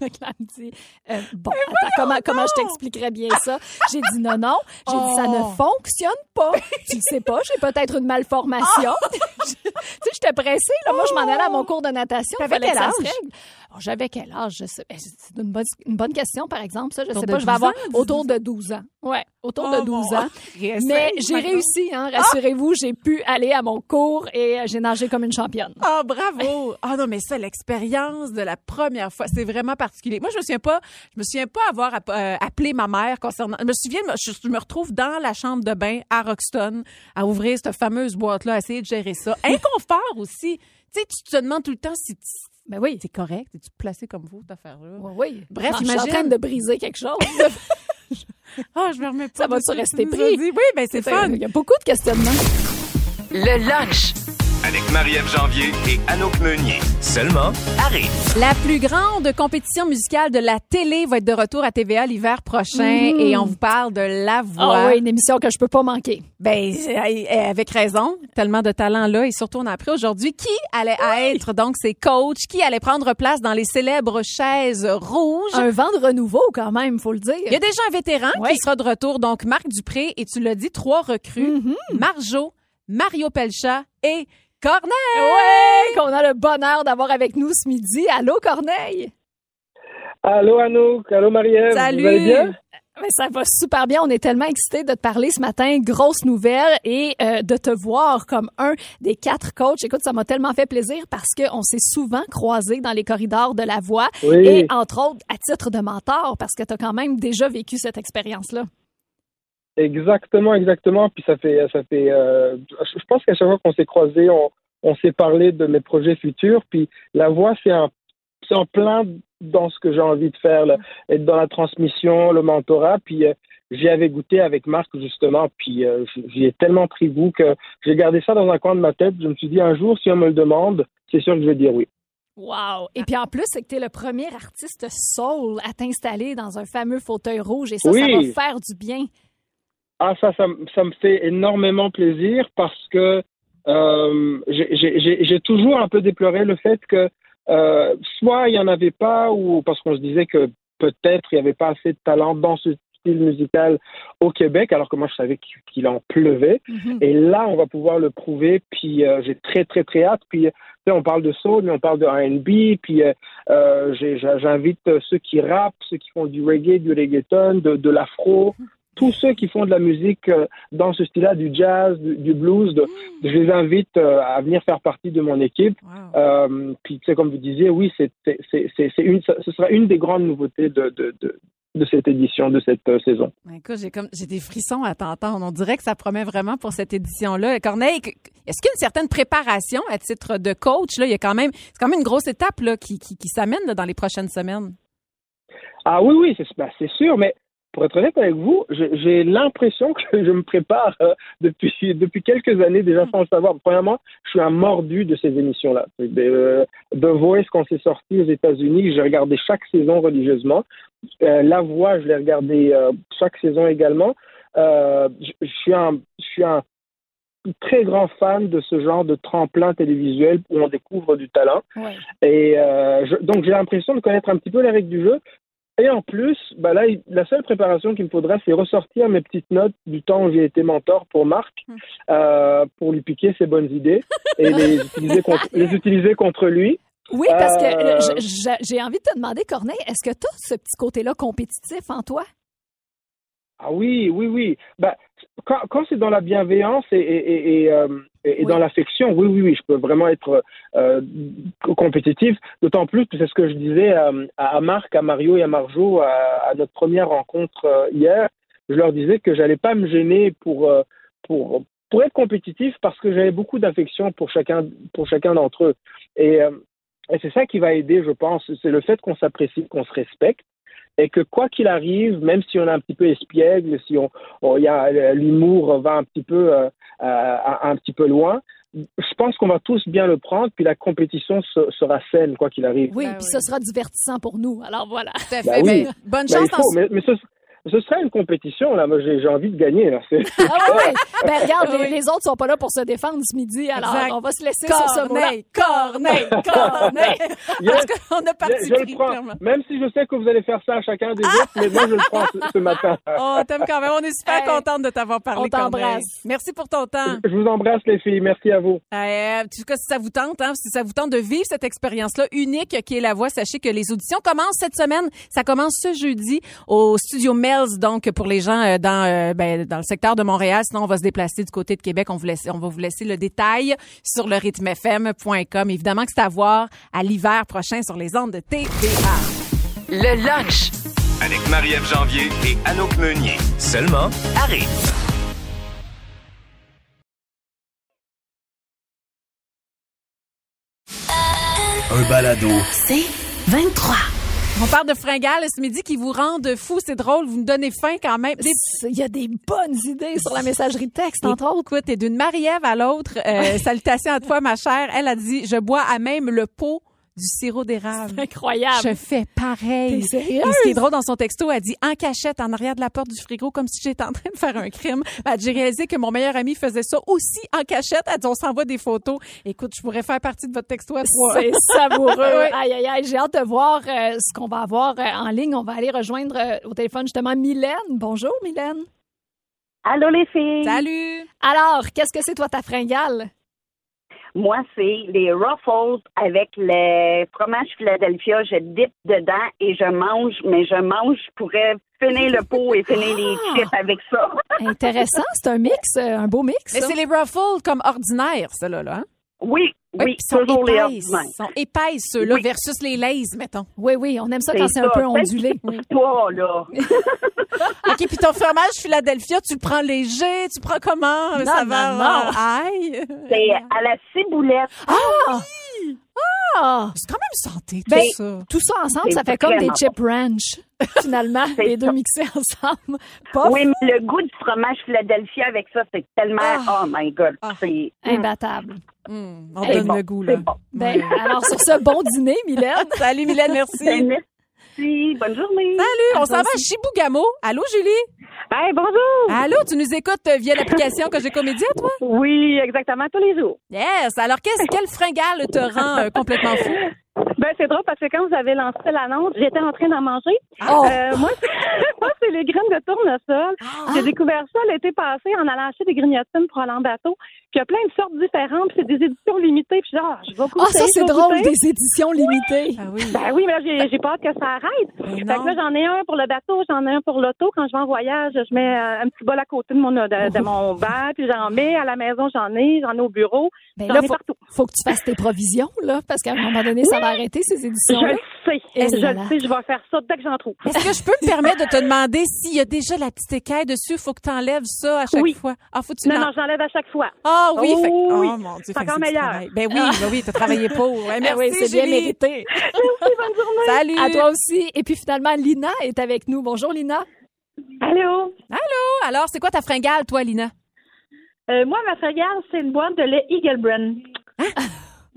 Speaker 6: Fait que là, elle me dit, euh, bon, attends, comment, comment je t'expliquerais bien ça? J'ai dit, non, non. J'ai dit, ça ne
Speaker 5: Oh.
Speaker 6: fonctionne pas. Tu le sais pas, j'ai peut-être une malformation.
Speaker 5: Ah!
Speaker 6: Je- tu sais, j'étais pressée, là. Moi, je m'en allais à mon cours de natation.
Speaker 5: T'avais
Speaker 6: Fallait que
Speaker 5: quel
Speaker 6: ça se
Speaker 5: âge?
Speaker 6: règle. Oh, J'avais quel âge? Je sais- ben, C'est une bonne, une bonne question, par exemple. Ça, je
Speaker 5: Autour
Speaker 6: sais
Speaker 5: de
Speaker 6: pas, je vais
Speaker 5: 12 ans,
Speaker 6: avoir autour de 12 ans. Ouais, autour
Speaker 5: Oh,
Speaker 6: de 12
Speaker 5: mon-
Speaker 6: ans. Mais j'ai réussi, hein, rassurez-vous, j'ai pu aller à mon cours et euh, j'ai nagé comme une championne.
Speaker 5: Ah, bravo! Ah non, mais ça, l'expérience de la première fois, c'est vraiment particulier. Moi, je me souviens pas, je me souviens pas avoir app- euh, appelé ma mère concernant. Je me souviens, je, je me retrouve dans la chambre de bain à Roxton à ouvrir cette fameuse boîte-là, à essayer de gérer ça. Inconfort aussi. Tu sais, tu te demandes tout le temps si t-
Speaker 6: Ben oui.
Speaker 5: c'est correct, es-tu placé comme vous, cette affaire-là?
Speaker 6: Oui, oui.
Speaker 5: Bref,
Speaker 6: Non, Je suis
Speaker 5: imagine.
Speaker 6: en train de briser quelque chose.
Speaker 5: Ah, je me remets pas.
Speaker 6: Ça va-tu
Speaker 5: dessus, tu
Speaker 6: rester
Speaker 5: nous as
Speaker 6: pris?
Speaker 5: dit. Oui, ben c'est fun.
Speaker 6: Il y a beaucoup de questionnements.
Speaker 2: Le lunch.
Speaker 3: Avec Marie-Ève Janvier et Anouk Meunier. Seulement à Rythme.
Speaker 5: La plus grande compétition musicale de la télé va être de retour à TVA l'hiver prochain
Speaker 6: Mhm.
Speaker 5: et on vous parle de La Voix.
Speaker 6: Ah oui, une émission que je peux pas manquer.
Speaker 5: Ben, c'est- euh, avec raison. Tellement de talent là. Et surtout, on a appris aujourd'hui qui allait être donc ces coachs, qui allait prendre place dans les célèbres chaises rouges.
Speaker 6: Un vent de renouveau quand même, faut le
Speaker 5: Il y a
Speaker 6: dire.
Speaker 5: déjà un vétéran
Speaker 6: Oui.
Speaker 5: qui sera de retour, donc Marc Dupré, et tu l'as dit, trois recrues,
Speaker 6: Mm-hmm.
Speaker 5: Marjo, Mario Pelcha et Corneille.
Speaker 6: Ouais, qu'on a le bonheur d'avoir avec nous ce midi. Allô, Corneille?
Speaker 7: Allô Anouk, allô Marie-Ève,
Speaker 5: Salut.
Speaker 7: vous allez bien?
Speaker 6: Mais ça va super bien. On est tellement excités de te parler ce matin. Grosse nouvelle et euh, de te voir comme un des quatre coachs. Écoute, ça m'a tellement fait plaisir parce qu'on s'est souvent croisés dans les corridors de la voix
Speaker 7: Oui.
Speaker 6: et entre autres à titre de mentor parce que tu as quand même déjà vécu cette expérience-là.
Speaker 7: Exactement, exactement. Puis ça fait, ça fait. euh, je pense qu'à chaque fois qu'on s'est croisés, on, on s'est parlé de mes projets futurs. Puis la voix, c'est un, c'est en plein dans ce que j'ai envie de faire, là. être dans la transmission, le mentorat. Puis euh, j'y avais goûté avec Marc justement. Puis euh, j- j'y ai tellement pris goût que j'ai gardé ça dans un coin de ma tête. Je me suis dit un jour, si on me le demande, c'est sûr que je vais dire oui.
Speaker 6: Wow! Et puis en plus, c'est que tu es le premier artiste soul à t'installer dans un fameux fauteuil rouge et ça,
Speaker 7: Oui.
Speaker 6: ça va faire du bien.
Speaker 7: Ah, ça, ça, m- ça me fait énormément plaisir parce que euh, j'ai- j'ai j'ai- j'ai toujours un peu déploré le fait que euh, soit il n'y en avait pas ou parce qu'on se disait que peut-être il n'y avait pas assez de talent dans ce style musical au Québec, alors que moi je savais qu'il qu'il en pleuvait.
Speaker 6: Mhm.
Speaker 7: Et là, on va pouvoir le prouver. Puis euh, j'ai très, très, très hâte. Puis, euh, tu sais, on parle de soul, mais on parle de R&B. Puis, euh, euh, j'ai- j'a- j'invite euh, ceux qui rappent, ceux qui font du reggae, du reggaeton, de, de l'afro. Tous ceux qui font de la musique euh, dans ce style-là, du jazz, du, du blues, de- je les invite euh, à venir faire partie de mon équipe. Euh, puis, tu sais, comme vous disiez, oui, c'est, c'est, c'est, c'est- c'est une, ce sera une des grandes nouveautés de, de, de, de cette édition, de cette euh, saison.
Speaker 5: Ben, Écoute, j'ai comme j'ai des frissons à t'entendre. On dirait que ça promet vraiment pour cette édition-là. Corneille, que- est-ce qu'il y a une certaine préparation à titre de coach? Là, il y a quand même c'est quand même une grosse étape là, qui, qui, qui s'amène là, dans les prochaines semaines.
Speaker 7: Ah oui, oui, c'est bah, c'est sûr, mais pour être honnête avec vous, je- j'ai l'impression que je me prépare euh, depuis, depuis quelques années déjà sans le savoir. Premièrement, je suis un mordu de ces émissions-là. Euh, The Voice, quand c'est sorti aux États-Unis, j'ai regardé chaque saison religieusement. Euh, La Voix, je l'ai regardé euh, chaque saison également. Euh, je je suis un, je suis un très grand fan de ce genre de tremplin télévisuel où on découvre du talent.
Speaker 6: Ouais.
Speaker 7: Et euh, je- donc j'ai l'impression de connaître un petit peu les règles du jeu. Et en plus, bah là, il- la seule préparation qu'il me faudra, c'est ressortir mes petites notes du temps où j'ai été mentor pour Marc, euh, pour lui piquer ses bonnes idées et les utiliser contre, les utiliser contre lui.
Speaker 6: Oui, parce que
Speaker 7: Euh,
Speaker 6: euh, je- je- j'ai envie de te demander, Corneille, est-ce que tu ce petit côté-là compétitif en toi?
Speaker 7: Ah oui, oui, oui. Bah, quand quand c'est dans la bienveillance et, et, et- et, euh, et- et
Speaker 6: Oui.
Speaker 7: dans l'affection, oui, oui, oui, je peux vraiment être euh, co- compétitif. D'autant plus que c'est ce que je disais euh, à, à Marc, à Mario et à Marjo à, à notre première rencontre euh, hier. je leur disais que j'allais pas me gêner pour, euh, pour, pour être compétitif parce que j'avais beaucoup d'affection pour chacun, pour chacun d'entre eux. Et, euh, et c'est ça qui va aider, je pense. C'est le fait qu'on s'apprécie, qu'on se respecte et que quoi qu'il arrive, même si on est un petit peu espiègle, si on, on- y a euh, l'humour va un petit peu euh, euh, un un petit peu loin, je pense qu'on va tous bien le prendre, puis la compétition se- sera saine quoi qu'il arrive.
Speaker 6: Oui,
Speaker 5: Ben
Speaker 6: puis
Speaker 5: oui.
Speaker 6: ce sera divertissant pour nous. Alors voilà.
Speaker 5: Tout à fait.
Speaker 7: Bah oui.
Speaker 5: Ben, bonne
Speaker 7: Ben,
Speaker 5: chance
Speaker 7: il faut, mais, mais ce, ce serait une compétition là. Moi, j'ai j'ai envie de gagner là. C'est-
Speaker 6: Ah ouais, ouais. Ben regarde,
Speaker 5: Oui.
Speaker 6: les, les autres sont pas là pour se défendre ce midi, alors
Speaker 5: Exact.
Speaker 6: on va se laisser
Speaker 5: dans
Speaker 6: sur ce mot-là.
Speaker 5: Corneille, Corneille, Corneille.
Speaker 7: Yes.
Speaker 5: Parce qu'on a parti
Speaker 7: je le
Speaker 5: pris,
Speaker 7: prends,
Speaker 5: clairement.
Speaker 7: même si je sais que vous allez faire ça à chacun des autres, mais moi je le prends ce, ce matin.
Speaker 5: Oh, t'aimes quand même. On est super
Speaker 6: Hey,
Speaker 5: contente de t'avoir parlé.
Speaker 6: on t'embrasse.
Speaker 5: Corneille. Merci pour ton temps.
Speaker 7: Je vous embrasse les filles, merci à vous.
Speaker 5: Euh, en tout cas, si ça vous tente, hein, si ça vous tente de vivre cette expérience-là unique qui est la voix, sachez que les auditions commencent cette semaine. Ça commence ce jeudi au Studio Mills, donc pour les gens euh, dans euh, ben, dans le secteur de Montréal. Sinon, on va se déplacer du côté de Québec. On vous laisse, on va vous laisser le détail sur le rythmefm.com. Évidemment que c'est à voir à l'hiver prochain sur les ondes de TVA.
Speaker 2: Le lunch.
Speaker 3: Avec Marie-Ève Janvier et Anouk Meunier. Seulement à Rythme.
Speaker 1: Un balado.
Speaker 8: C'est 23.
Speaker 5: On parle de fringales ce midi qui vous rendent fou. C'est drôle, vous nous donnez faim quand même. Des
Speaker 6: Il y a des bonnes idées sur la messagerie de texte, entre autres.
Speaker 5: Écoute, et d'une Marie-Ève à l'autre, euh, salutations à toi, ma chère. Elle a dit, je bois à même le pot du sirop d'érable.
Speaker 6: Incroyable.
Speaker 5: Je fais pareil.
Speaker 6: T'es sérieuse?
Speaker 5: Et ce qui est drôle dans son texto, elle dit en cachette en arrière de la porte du frigo comme si j'étais en train de faire un crime. Ben, j'ai réalisé que mon meilleur ami faisait ça aussi en cachette. Elle dit on s'envoie des photos. Écoute, je pourrais faire partie de votre texto à trois.
Speaker 6: C'est savoureux.
Speaker 5: Oui.
Speaker 6: Aïe, aïe, aïe. J'ai hâte de voir euh, ce qu'on va avoir euh, en ligne. On va aller rejoindre euh, au téléphone justement Mylène. Bonjour, Mylène.
Speaker 9: Allô les filles.
Speaker 5: Salut.
Speaker 6: Alors, qu'est-ce que c'est toi ta fringale?
Speaker 9: Moi c'est les ruffles avec le fromage Philadelphia. Je dip dedans et je mange, mais je mange, je pourrais finir le pot et finir les
Speaker 5: Ah!
Speaker 9: chips avec ça.
Speaker 6: Intéressant, c'est un mix, euh, un beau mix.
Speaker 5: Mais
Speaker 6: ça.
Speaker 5: c'est les ruffles comme ordinaires, ceux-là. Là, hein?
Speaker 9: Oui, oui,
Speaker 5: puis ils sont
Speaker 9: toujours les
Speaker 5: épaisses.
Speaker 9: arguments.
Speaker 5: Ils sont épaisses, ceux-là,
Speaker 9: Oui.
Speaker 5: versus les lays, mettons.
Speaker 6: Oui, oui, on aime ça quand c'est un peu
Speaker 9: ça.
Speaker 6: ondulé. Oui.
Speaker 9: Toi là.
Speaker 5: OK, puis ton fromage Philadelphia, tu le prends léger, tu le prends comment? euh, ça
Speaker 6: non,
Speaker 5: va?
Speaker 6: non.
Speaker 5: Aïe!
Speaker 9: C'est à la ciboulette.
Speaker 6: Ah!
Speaker 5: C'est quand même santé, tout
Speaker 6: Ben,
Speaker 5: ça.
Speaker 6: Tout ça ensemble,
Speaker 9: C'est
Speaker 6: ça fait comme des
Speaker 9: vraiment
Speaker 6: chips ranch, finalement,
Speaker 9: C'est
Speaker 6: les deux
Speaker 9: ça.
Speaker 6: mixés ensemble.
Speaker 5: Ah!
Speaker 6: Pof,
Speaker 9: Oui, mais le goût du fromage Philadelphia avec ça, c'est tellement
Speaker 6: Ah.
Speaker 9: oh my god,
Speaker 5: Ah.
Speaker 9: c'est
Speaker 6: imbattable.
Speaker 5: Hum, on
Speaker 6: Eh,
Speaker 5: donne
Speaker 9: bon,
Speaker 5: le goût, là.
Speaker 9: c'est bon.
Speaker 6: Ben, alors, sur ce bon dîner, Mylène,
Speaker 5: Salut, Mylène, merci.
Speaker 9: Ben,
Speaker 5: Salut,
Speaker 9: merci. Bonne journée.
Speaker 5: on s'en va à Chibougamau. Allô, Julie?
Speaker 9: Hey, bonjour.
Speaker 5: Allô, tu nous écoutes euh, via l'application que j'ai comédia, toi?
Speaker 9: Oui, exactement tous les jours.
Speaker 5: Yes! Alors, qu'est-ce, quelle fringale te rend euh, complètement fou?
Speaker 10: Ben, c'est drôle parce que quand vous avez lancé l'annonce, j'étais en train d'en manger.
Speaker 5: Ah!
Speaker 10: Euh, moi, c'est- moi, c'est les graines de tournesol. J'ai découvert ça l'été passé en allant acheter des grignotines pour aller en bateau. Puis il y a plein de sortes différentes, puis c'est des éditions limitées. Puis genre, je vais goûter,
Speaker 6: Ah, ça,
Speaker 10: je
Speaker 6: c'est
Speaker 10: vais
Speaker 6: drôle,
Speaker 10: goûter.
Speaker 6: des éditions limitées.
Speaker 5: Ah oui.
Speaker 10: Ben oui, mais là, j'ai- j'ai pas hâte que ça arrête.
Speaker 5: Mais
Speaker 6: Ben
Speaker 10: Fait
Speaker 5: non.
Speaker 10: que là, j'en ai un pour le bateau, j'en ai un pour l'auto. Quand je vais en voyage, je mets euh, un petit bol à côté de mon, de, de mon verre, puis j'en mets. À la maison, j'en ai, j'en ai au bureau.
Speaker 6: Ben
Speaker 10: J'en
Speaker 6: là,
Speaker 10: ai
Speaker 6: faut,
Speaker 10: partout.
Speaker 6: faut que tu fasses tes provisions, là, parce qu'à un moment donné, ça va arrêter, ces
Speaker 10: Je
Speaker 6: éditions-là.
Speaker 10: le sais.
Speaker 6: Et
Speaker 10: Je
Speaker 6: voilà.
Speaker 10: le sais, je vais faire ça dès que j'en trouve.
Speaker 5: Est-ce que je peux me permettre de te demander s'il y a déjà la petite écaille dessus? Faut que tu enlèves ça à chaque
Speaker 10: Oui.
Speaker 5: fois. Ah, faut que tu
Speaker 10: Non,
Speaker 5: l'en-
Speaker 10: non, j'enlève à chaque fois.
Speaker 5: Ah oui,
Speaker 10: Oh
Speaker 5: fait-
Speaker 10: oui,
Speaker 5: oh mon Dieu,
Speaker 10: c'est
Speaker 5: fait que
Speaker 10: encore
Speaker 5: du
Speaker 10: meilleur. Ah.
Speaker 5: travail. Ben oui, ben oui, t'as travaillé pour. Ouais,
Speaker 6: Ah
Speaker 5: merci,
Speaker 6: oui, c'est bien
Speaker 5: Julie.
Speaker 6: mérité.
Speaker 5: Salut.
Speaker 6: À toi aussi. Et puis finalement, Lina est avec nous. Bonjour, Lina.
Speaker 10: Allô?
Speaker 5: Oh, Alors, c'est quoi ta fringale, toi, Lina?
Speaker 10: Euh, moi, ma fringale, c'est une boîte de lait Eagle Brand.
Speaker 6: Ah!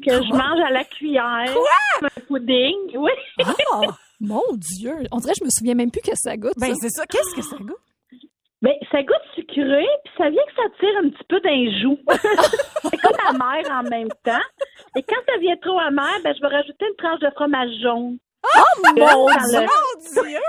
Speaker 10: Que je mange à la cuillère. Quoi? Un pudding. Oui.
Speaker 6: Ah, mon Dieu. On dirait que je me souviens même plus que ça goûte.
Speaker 5: Ben
Speaker 6: ça.
Speaker 5: c'est ça. Qu'est-ce que ça goûte?
Speaker 10: Ben, ça goûte sucré, puis ça vient que ça tire un petit peu d'un joue. c'est comme amer en même temps. Et quand ça vient trop amer, ben, je vais rajouter une tranche de fromage jaune. Oh mon Dieu!
Speaker 5: Mon Dieu!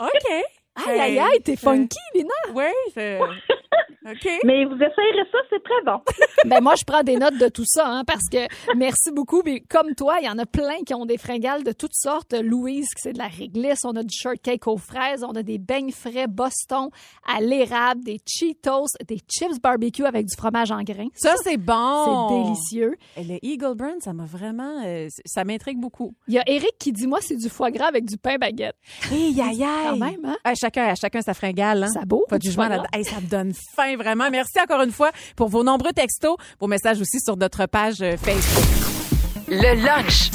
Speaker 5: OK.
Speaker 6: Aïe, aïe, aïe, t'es funky, Lina.
Speaker 5: Oui, c'est. OK.
Speaker 10: Mais vous essayerez ça, c'est très bon.
Speaker 6: Ben moi, je prends des notes de tout ça, hein, parce que merci beaucoup. Mais comme toi, il y en a plein qui ont des fringales de toutes sortes. Louise, qui c'est de la réglisse. On a du shortcake aux fraises. On a des beignes frais Boston à l'érable, des Cheetos, des chips barbecue avec du fromage en grains.
Speaker 5: Ça, c'est bon.
Speaker 6: C'est délicieux.
Speaker 5: Et le Eagle Burn, ça m'a vraiment. euh, c- ça m'intrigue beaucoup.
Speaker 6: Il y a Eric qui dit, moi, c'est du foie gras avec du pain baguette.
Speaker 5: Hé, aïe,
Speaker 6: Quand même, hein?
Speaker 5: À chacun, à chacun sa fringale. Hein?
Speaker 6: Ça beau,
Speaker 5: Pas de
Speaker 6: tu
Speaker 5: jugement
Speaker 6: vois, là.
Speaker 5: là-dedans. Hey, ça me donne faim, vraiment. Merci encore une fois pour vos nombreux textos, vos messages aussi sur notre page euh, Facebook.
Speaker 2: Le lunch.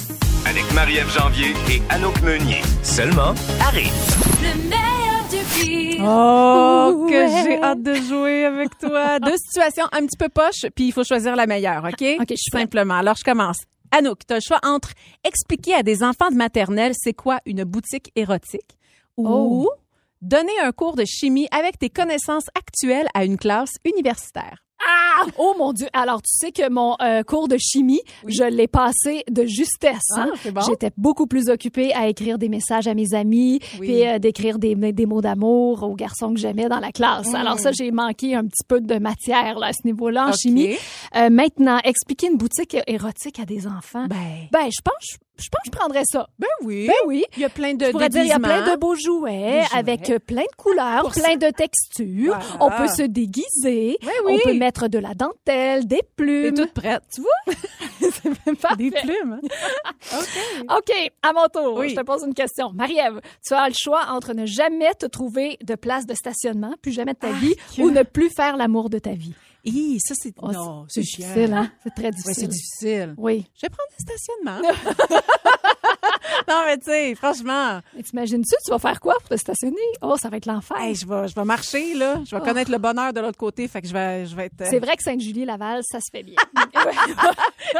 Speaker 3: Avec Marie-Ève Janvier et Anouk Meunier. Seulement à Rythme.
Speaker 4: Le meilleur du pire.
Speaker 5: Oh, que j'ai hâte de jouer avec toi. Deux situations un petit peu poche, puis il faut choisir la meilleure, Ah, OK?
Speaker 6: OK, je suis prête.
Speaker 5: Simplement. Alors, je commence. Anouk, tu as le choix entre expliquer à des enfants de maternelle c'est quoi une boutique érotique ou donner un cours de chimie avec tes connaissances actuelles à une classe universitaire.
Speaker 6: Ah! Oh mon Dieu! Alors, tu sais que mon euh, cours de chimie, je l'ai passé de justesse. hein.
Speaker 5: Ah, c'est bon.
Speaker 6: J'étais beaucoup plus occupée à écrire des messages à mes amis,
Speaker 5: Oui.
Speaker 6: puis euh, d'écrire des, des mots d'amour aux garçons que j'aimais dans la classe. Alors ça, j'ai manqué un petit peu de matière là, à ce niveau-là en
Speaker 5: Mm. OK.
Speaker 6: chimie. Euh, maintenant, expliquer une boutique érotique à des enfants. Ben,
Speaker 5: Ben,
Speaker 6: je pense, je pense que je prendrais ça.
Speaker 5: ben oui.
Speaker 6: Ben oui.
Speaker 5: Il y a plein de
Speaker 6: Je pourrais dire, il y a
Speaker 5: déguisements.
Speaker 6: plein de beaux jouets,
Speaker 5: Des jouets.
Speaker 6: avec euh, plein de couleurs, plein de textures.
Speaker 5: Voilà.
Speaker 6: On peut se déguiser.
Speaker 5: Ouais, Ben oui.
Speaker 6: On peut mettre de la dentelle, des
Speaker 5: T'es
Speaker 6: plumes.
Speaker 5: toute prête, tu vois? c'est même
Speaker 6: Parfait.
Speaker 5: Des
Speaker 6: hein?
Speaker 5: plumes.
Speaker 6: OK, à mon tour,
Speaker 5: Oui.
Speaker 6: je te pose une question. Marie-Ève, tu as le choix entre ne jamais te trouver de place de stationnement, plus jamais de ta
Speaker 5: Ah,
Speaker 6: vie, ou ne plus faire l'amour de ta vie.
Speaker 5: Hi, ça, c'est...
Speaker 6: Oh,
Speaker 5: non,
Speaker 6: c'est
Speaker 5: chiant.
Speaker 6: difficile, hein? C'est très
Speaker 5: Ouais,
Speaker 6: difficile.
Speaker 5: c'est difficile.
Speaker 6: Oui.
Speaker 5: Je vais prendre le stationnement. non, mais tu sais, franchement,
Speaker 6: Mais t'imagines-tu, tu vas faire quoi pour te stationner? Oh, ça va être l'enfer.
Speaker 5: hey, je, vais, je vais marcher, là. Je vais connaître le bonheur de l'autre côté. Fait que je vais, je vais être. euh,
Speaker 6: Oh. C'est vrai que Sainte-Julie-Laval, ça se fait bien.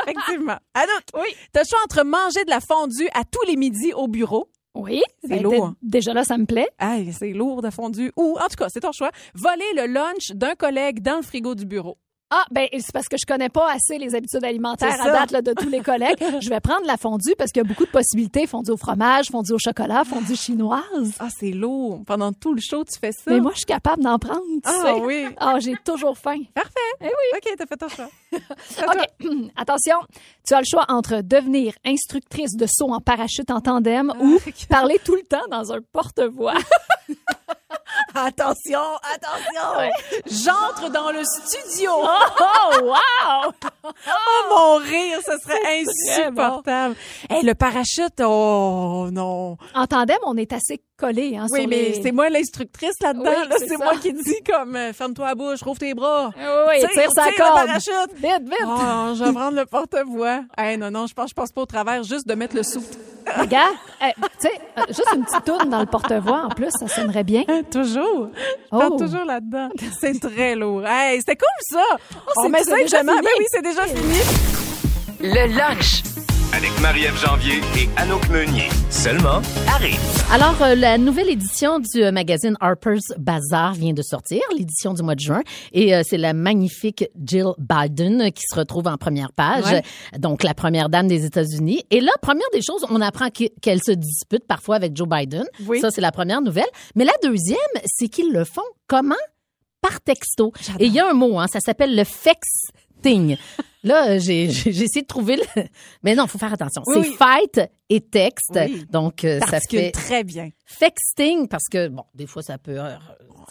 Speaker 5: Effectivement. Anouk, oui. t'as le choix entre manger de la fondue à tous les midis au bureau.
Speaker 6: oui.
Speaker 5: C'est
Speaker 6: ben,
Speaker 5: lourd. hein.
Speaker 6: dé- Déjà là, ça me plaît.
Speaker 5: Hey, c'est lourd de fondue. Ou, en tout cas, c'est ton choix. Voler le lunch d'un collègue dans le frigo du bureau.
Speaker 6: Ah, ben c'est parce que je connais pas assez les habitudes alimentaires
Speaker 5: C'est
Speaker 6: à
Speaker 5: ça.
Speaker 6: date là, de tous les collègues. je vais prendre la fondue parce qu'il y a beaucoup de possibilités. Fondue au fromage, fondue au chocolat, fondue chinoise.
Speaker 5: Ah, c'est lourd. Pendant tout le show, tu fais ça.
Speaker 6: Mais moi, je suis capable d'en prendre, tu
Speaker 5: ah
Speaker 6: sais.
Speaker 5: oui.
Speaker 6: Ah, j'ai toujours faim.
Speaker 5: Parfait.
Speaker 6: Eh oui.
Speaker 5: OK, t'as fait ton choix. C'est à toi.
Speaker 6: OK. Attention, tu as le choix entre devenir instructrice de saut en parachute en tandem
Speaker 5: Ah.
Speaker 6: ou parler tout le temps dans un porte-voix.
Speaker 5: Attention, attention.
Speaker 6: Ouais.
Speaker 5: J'entre dans le studio.
Speaker 6: Oh, wow!
Speaker 5: Oh, mon rire, ce serait
Speaker 6: très bon.
Speaker 5: insupportable. Hey, le parachute, oh non.
Speaker 6: En tandem, on est assez collés. Hein,
Speaker 5: Oui,
Speaker 6: sur
Speaker 5: mais
Speaker 6: les-
Speaker 5: c'est moi l'instructrice là-dedans.
Speaker 6: Oui,
Speaker 5: là,
Speaker 6: c'est
Speaker 5: c'est
Speaker 6: ça.
Speaker 5: moi qui dis comme euh, ferme-toi la bouche, rouvre tes bras.
Speaker 6: Ah Oui,
Speaker 5: Tire,
Speaker 6: tire sa
Speaker 5: tire le
Speaker 6: corde.
Speaker 5: parachute.
Speaker 6: Vite, vite.
Speaker 5: Oh, je vais prendre le porte-voix. Hey, non, non, je pense, je passe pas au travers, juste de mettre le souffle.
Speaker 6: Regarde, eh, tu sais, euh, juste une petite toune dans le porte-voix, en plus, ça sonnerait bien.
Speaker 5: Hein, Toujours. Je
Speaker 6: Oh.
Speaker 5: parle toujours là-dedans. C'est très lourd. Hey, c'était cool, ça. On
Speaker 11: Oh,
Speaker 6: c'est-
Speaker 5: met
Speaker 6: c'est
Speaker 5: ça,
Speaker 6: déjà
Speaker 5: évidemment.
Speaker 6: fini.
Speaker 5: Ben oui, c'est déjà fini.
Speaker 2: Le lunch.
Speaker 3: Avec Marie-Ève Janvier et Anouk Meunier. Seulement à Rythme.
Speaker 11: Alors, euh, la nouvelle édition du euh, magazine Harper's Bazaar vient de sortir, l'édition du mois de juin, et euh, c'est la magnifique Jill Biden euh, qui se retrouve en première page,
Speaker 5: Ouais.
Speaker 11: euh, donc la première dame des États-Unis. Et là, première des choses, on apprend qu'- qu'elle se dispute parfois avec Joe Biden.
Speaker 5: Oui.
Speaker 11: Ça, c'est la première nouvelle. Mais la deuxième, c'est qu'ils le font comment? Par texto. Et il y a un mot, hein, ça s'appelle le fexting. Là, euh, j'ai j'ai- j'ai essayé de trouver... le- Mais non, faut faire attention.
Speaker 5: Oui,
Speaker 11: c'est
Speaker 5: oui.
Speaker 11: fight et texte.
Speaker 5: Oui.
Speaker 11: Donc, euh, ça
Speaker 5: Parce
Speaker 11: fait
Speaker 5: que très bien.
Speaker 11: Fexting, parce que, bon, des fois, ça peut euh,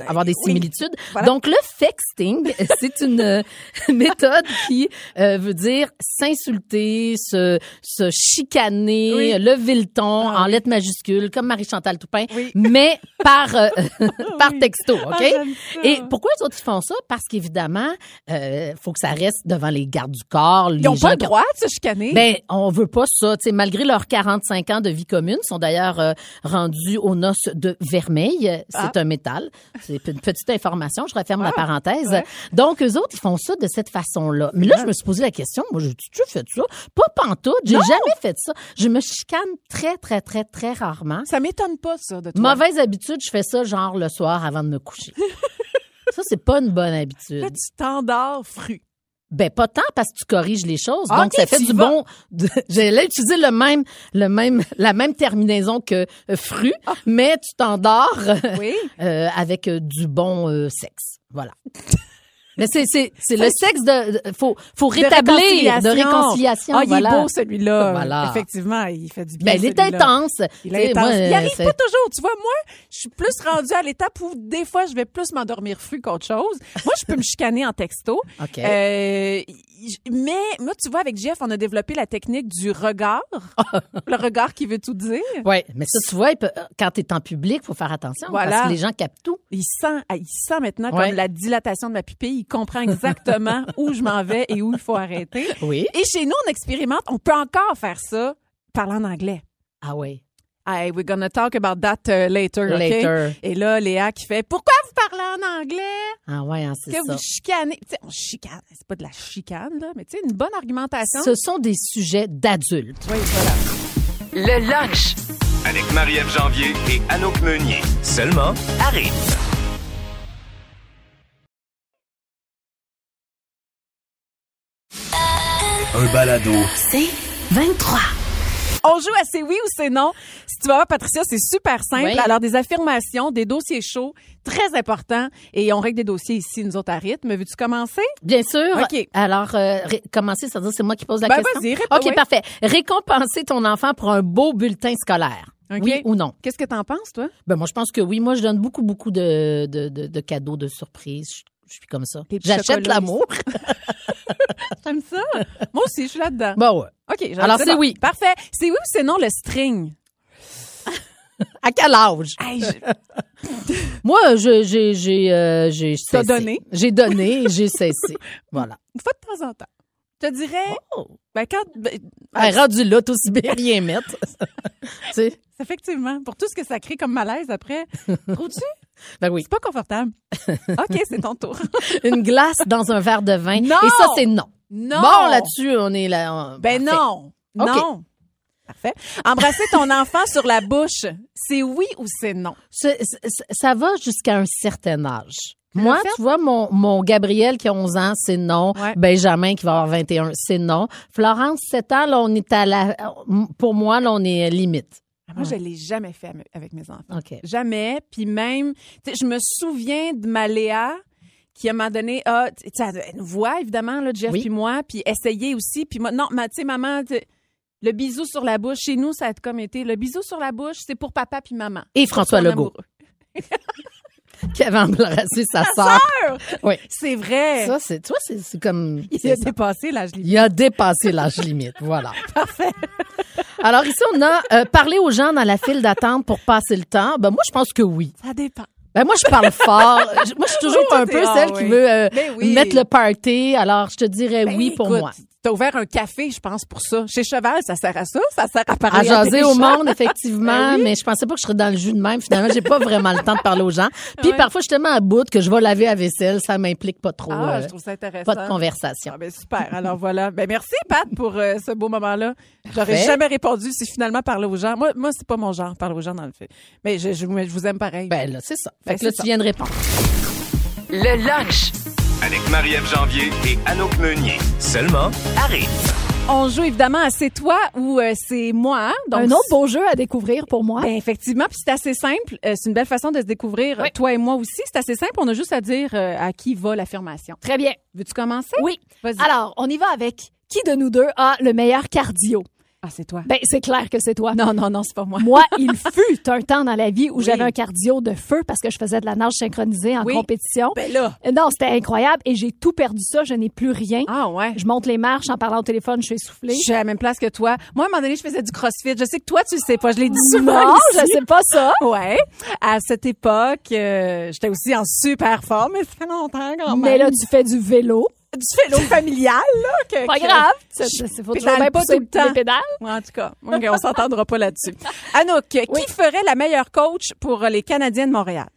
Speaker 11: avoir des
Speaker 5: Ben oui.
Speaker 11: similitudes.
Speaker 5: Voilà.
Speaker 11: Donc, le fexting, c'est une euh, méthode qui euh, veut dire s'insulter, se, se chicaner,
Speaker 5: Oui.
Speaker 11: lever le ton
Speaker 5: Ah
Speaker 11: en
Speaker 5: oui.
Speaker 11: lettres majuscules, comme Marie-Chantal Toupin,
Speaker 5: Oui.
Speaker 11: mais par, euh, par
Speaker 5: Oui.
Speaker 11: texto, OK?
Speaker 5: Ah, j'aime ça.
Speaker 11: Et pourquoi les autres ils font ça? Parce qu'évidemment, euh, faut que ça reste devant les gardes du corps. les
Speaker 5: Ils n'ont
Speaker 11: gens
Speaker 5: pas le
Speaker 11: qui ont-
Speaker 5: droit de se chicaner.
Speaker 11: ben, on veut pas ça. Tu sais, malgré leurs 45 ans de vie commune, ils sont d'ailleurs euh, rendus aux noces de vermeil. C'est
Speaker 5: Ah.
Speaker 11: un métal. C'est une petite information. Je referme la
Speaker 5: Ah,
Speaker 11: parenthèse.
Speaker 5: ouais.
Speaker 11: Donc, eux autres, ils font ça de cette façon-là. Mais là, je me suis posé la question. Moi, j'ai tu fait ça? Pas pantoute. J'ai jamais fait ça. Je me chicane très, très, très, très rarement.
Speaker 5: Ça m'étonne pas, ça, de toi.
Speaker 11: Mauvaise habitude, je fais ça genre le soir avant de me coucher. ça, c'est pas une bonne habitude.
Speaker 5: Là, tu t'endors fru.
Speaker 11: Ben pas tant parce que tu corriges les choses.
Speaker 5: Ah,
Speaker 11: donc
Speaker 5: ok,
Speaker 11: ça fait
Speaker 5: tu y
Speaker 11: du
Speaker 5: vas.
Speaker 11: bon. de- J'allais utiliser le même, le même, la même terminaison que
Speaker 5: Ah.
Speaker 11: euh, fru, mais tu t'endors euh,
Speaker 5: Oui.
Speaker 11: euh, avec euh, du bon euh, sexe. Voilà. Mais c'est, c'est, c'est le sexe de, de- faut, faut rétablir de réconciliation.
Speaker 5: Ah, il
Speaker 11: voilà.
Speaker 5: est beau celui-là.
Speaker 11: Voilà.
Speaker 5: Effectivement, il fait du bien.
Speaker 11: Ben, il est
Speaker 5: celui-là.
Speaker 11: intense.
Speaker 5: Il
Speaker 11: Tu sais,
Speaker 5: est intense.
Speaker 11: moi,
Speaker 5: il
Speaker 11: euh,
Speaker 5: arrive
Speaker 11: c'est-
Speaker 5: pas toujours. Tu vois, moi, je suis plus rendue à l'étape où des fois, je vais plus m'endormir fru qu'autre chose. Moi, je peux me chicaner en texto.
Speaker 11: OK.
Speaker 5: Euh, j- mais moi, tu vois, avec Jeff, on a développé la technique du regard. le regard qui veut tout dire.
Speaker 11: Ouais, mais ça, tu vois, il peut- quand t'es en public, faut faire attention. Parce
Speaker 5: Voilà.
Speaker 11: que les gens captent tout.
Speaker 5: Il sent, ah, il sent maintenant
Speaker 11: Ouais.
Speaker 5: comme la dilatation de ma pupille. Il comprend exactement où je m'en vais et où il faut arrêter.
Speaker 11: Oui.
Speaker 5: Et chez nous, on expérimente. On peut encore faire ça parlant en anglais.
Speaker 11: Ah oui.
Speaker 5: Hey, we're gonna talk about that uh, later, OK?
Speaker 11: Later.
Speaker 5: Et là, Léa qui fait Pourquoi vous parlez en anglais?
Speaker 11: Ah ouais, hein, c'est
Speaker 5: Que
Speaker 11: ça.
Speaker 5: vous chicanez. Tu sais, on chicane. C'est pas de la chicane, là, mais tu sais, une bonne argumentation.
Speaker 11: Ce sont des sujets d'adultes.
Speaker 5: Oui, voilà.
Speaker 2: Le lunch.
Speaker 3: Avec Marie-Ève Janvier et Anouk Meunier. Seulement à rythme.
Speaker 1: Un balado.
Speaker 8: C'est 23.
Speaker 5: On joue à c'est oui ou c'est non. Si tu vas voir, Patricia, c'est super simple.
Speaker 11: Oui.
Speaker 5: Alors, des affirmations, des dossiers chauds, très importants. Et on règle des dossiers ici, nous autres, à rythme. Veux-tu commencer?
Speaker 11: Bien sûr.
Speaker 5: OK.
Speaker 11: Alors, euh, ré- commencer, ça veut dire c'est moi qui pose la
Speaker 5: Ben,
Speaker 11: question.
Speaker 5: vas-y, réponds,
Speaker 11: OK,
Speaker 5: oui.
Speaker 11: parfait. Récompenser ton enfant pour un beau bulletin scolaire.
Speaker 5: OK.
Speaker 11: Oui ou non?
Speaker 5: Qu'est-ce que t'en penses, toi?
Speaker 11: Ben moi, je pense que oui. Moi, je donne beaucoup, beaucoup de, de, de, de cadeaux, de surprises. Je, je suis comme ça.
Speaker 5: Des petits
Speaker 11: J'achète
Speaker 5: chocolats.
Speaker 11: l'amour.
Speaker 5: J'aime ça. Moi aussi, je suis là-dedans.
Speaker 11: Ben ouais.
Speaker 5: OK. je-
Speaker 11: Alors, c'est
Speaker 5: bon.
Speaker 11: oui.
Speaker 5: Parfait. C'est oui ou c'est non le string?
Speaker 11: À quel âge?
Speaker 5: Hey, je-
Speaker 11: Moi, je- j'ai j'ai euh, j'ai
Speaker 5: T'as
Speaker 11: cessé.
Speaker 5: donné.
Speaker 11: J'ai donné, j'ai cessé. Voilà.
Speaker 5: une fois de temps en temps. Je te dirais,
Speaker 11: Oh.
Speaker 5: ben quand, ben,
Speaker 11: Hey, rendu là, tout aussi bien rien mettre. tu sais,
Speaker 5: effectivement, pour tout ce que ça crée comme malaise après, trouves-tu?
Speaker 11: ben oui.
Speaker 5: C'est pas confortable. OK, c'est ton tour.
Speaker 11: Une glace dans un verre de vin.
Speaker 5: Non!
Speaker 11: Et ça, c'est non.
Speaker 5: Non!
Speaker 11: Bon, là-dessus, on est là. on-
Speaker 5: Ben
Speaker 11: parfait.
Speaker 5: non!
Speaker 11: OK.
Speaker 5: Non! Parfait. Embrasser ton enfant sur la bouche, c'est oui ou c'est non?
Speaker 11: C'est- c'est- ça va jusqu'à un certain âge.
Speaker 5: Le
Speaker 11: Moi,
Speaker 5: fait-
Speaker 11: tu vois, mon, mon Gabriel qui a 11 ans, c'est non.
Speaker 5: Ouais.
Speaker 11: Benjamin qui va avoir 21, c'est non. Florence, 7 ans, là, on est à la... Pour moi, là, on est limite.
Speaker 5: Ah, Moi, je l'ai jamais fait ame- avec mes enfants.
Speaker 11: OK.
Speaker 5: Jamais. Puis même, tu sais, je me souviens de ma Léa qui, à un moment donné, a, tu sais, elle nous voit, évidemment, là, Jeff
Speaker 11: Oui.
Speaker 5: puis moi, puis essayer aussi. Puis moi, non, ma- tu sais, maman, tu sais, le bisou sur la bouche, chez nous, ça a comme été, le bisou sur la bouche, c'est pour papa puis maman.
Speaker 11: Et François
Speaker 5: Pour son
Speaker 11: Legault,
Speaker 5: amoureux.
Speaker 11: qui avait embrassé sa sœur. Oui.
Speaker 5: C'est vrai.
Speaker 11: Ça, c'est... Toi, c'est c'est comme...
Speaker 5: Il a
Speaker 11: c'est ça.
Speaker 5: dépassé l'âge limite.
Speaker 11: Il a dépassé l'âge limite. Voilà. Parfait. Alors, ici, on a euh, parlé aux gens dans la file d'attente pour passer le temps. Ben, moi, je pense que oui.
Speaker 5: Ça dépend.
Speaker 11: Ben, moi, je parle fort. Je- Moi, je suis toujours
Speaker 5: Oui, toi,
Speaker 11: un
Speaker 5: t'es-
Speaker 11: peu
Speaker 5: ah,
Speaker 11: celle qui
Speaker 5: oui.
Speaker 11: veut euh,
Speaker 5: Ben oui.
Speaker 11: mettre le party. Alors, je te dirais
Speaker 5: Ben,
Speaker 11: oui pour
Speaker 5: écoute,
Speaker 11: moi.
Speaker 5: T'as ouvert un café, je pense, pour ça. Chez Cheval, ça sert à ça, ça sert à parler
Speaker 11: À jaser
Speaker 5: des
Speaker 11: au
Speaker 5: gens.
Speaker 11: monde, effectivement,
Speaker 5: Ben oui.
Speaker 11: mais je pensais pas que je serais dans le jus de même. Finalement, j'ai pas vraiment le temps de parler aux gens. Puis
Speaker 5: Ouais.
Speaker 11: parfois, je suis tellement à bout que je vais laver la vaisselle, ça m'implique pas trop.
Speaker 5: Ah, je
Speaker 11: euh,
Speaker 5: trouve ça intéressant.
Speaker 11: pas de conversation.
Speaker 5: Ah, ben, super. Alors voilà. Ben, merci, Pat, pour euh, ce beau moment-là. J'aurais
Speaker 11: Parfait.
Speaker 5: jamais répondu si finalement parler aux gens. Moi, moi c'est pas mon genre, parler aux gens dans le fait. Mais je, je, vous- je vous aime pareil.
Speaker 11: Ben là, c'est ça. Fait
Speaker 5: Ben,
Speaker 11: que là, tu
Speaker 5: c'est ça.
Speaker 11: viens de répondre.
Speaker 2: Le lunch.
Speaker 3: Avec Marie-Ève Janvier et Anouk Meunier. Seulement à rythme.
Speaker 5: On joue évidemment à C'est toi ou euh, C'est moi. Donc,
Speaker 6: un autre beau jeu à découvrir pour moi.
Speaker 5: Ben, effectivement, puis c'est assez simple. Euh, c'est une belle façon de se découvrir,
Speaker 6: Oui.
Speaker 5: toi et moi aussi. C'est assez simple. On a juste à dire euh, à qui va l'affirmation.
Speaker 6: Très bien.
Speaker 5: Veux-tu commencer?
Speaker 6: Oui.
Speaker 5: Hum? Vas-y.
Speaker 6: Alors, on y va avec qui de nous deux a le meilleur cardio?
Speaker 5: Ah, c'est toi.
Speaker 6: Ben, c'est clair que c'est toi.
Speaker 5: Non, non, non, c'est pas moi.
Speaker 6: Moi, il fut un temps dans la vie où
Speaker 5: Oui.
Speaker 6: j'avais un cardio de feu parce que je faisais de la nage synchronisée en
Speaker 5: Oui.
Speaker 6: compétition.
Speaker 5: Ben là.
Speaker 6: Euh, Non, c'était incroyable et j'ai tout perdu ça. Je n'ai plus rien.
Speaker 5: Ah ouais.
Speaker 6: Je monte les marches en parlant au téléphone, je suis essoufflée.
Speaker 5: Je suis à la même place que toi. Moi, à un moment donné, je faisais du crossfit. Je sais que toi, tu le sais pas. Je l'ai dit souvent.
Speaker 6: Non,
Speaker 5: ici.
Speaker 6: je sais pas ça.
Speaker 5: Ouais. À cette époque, euh, j'étais aussi en super forme, mais ça fait longtemps quand même.
Speaker 6: Mais là, tu fais du vélo.
Speaker 5: du vélo familial, là. que-
Speaker 6: Pas
Speaker 5: que-
Speaker 6: grave. Il
Speaker 5: Euh,
Speaker 6: faut toujours
Speaker 5: pédale
Speaker 6: bien
Speaker 5: pas
Speaker 6: pousser
Speaker 5: tout le temps.
Speaker 6: les pédales.
Speaker 5: Ouais, en tout cas, ok, on s'entendra pas là-dessus. Anouk, qui ferait la meilleure coach pour les Canadiens de Montréal?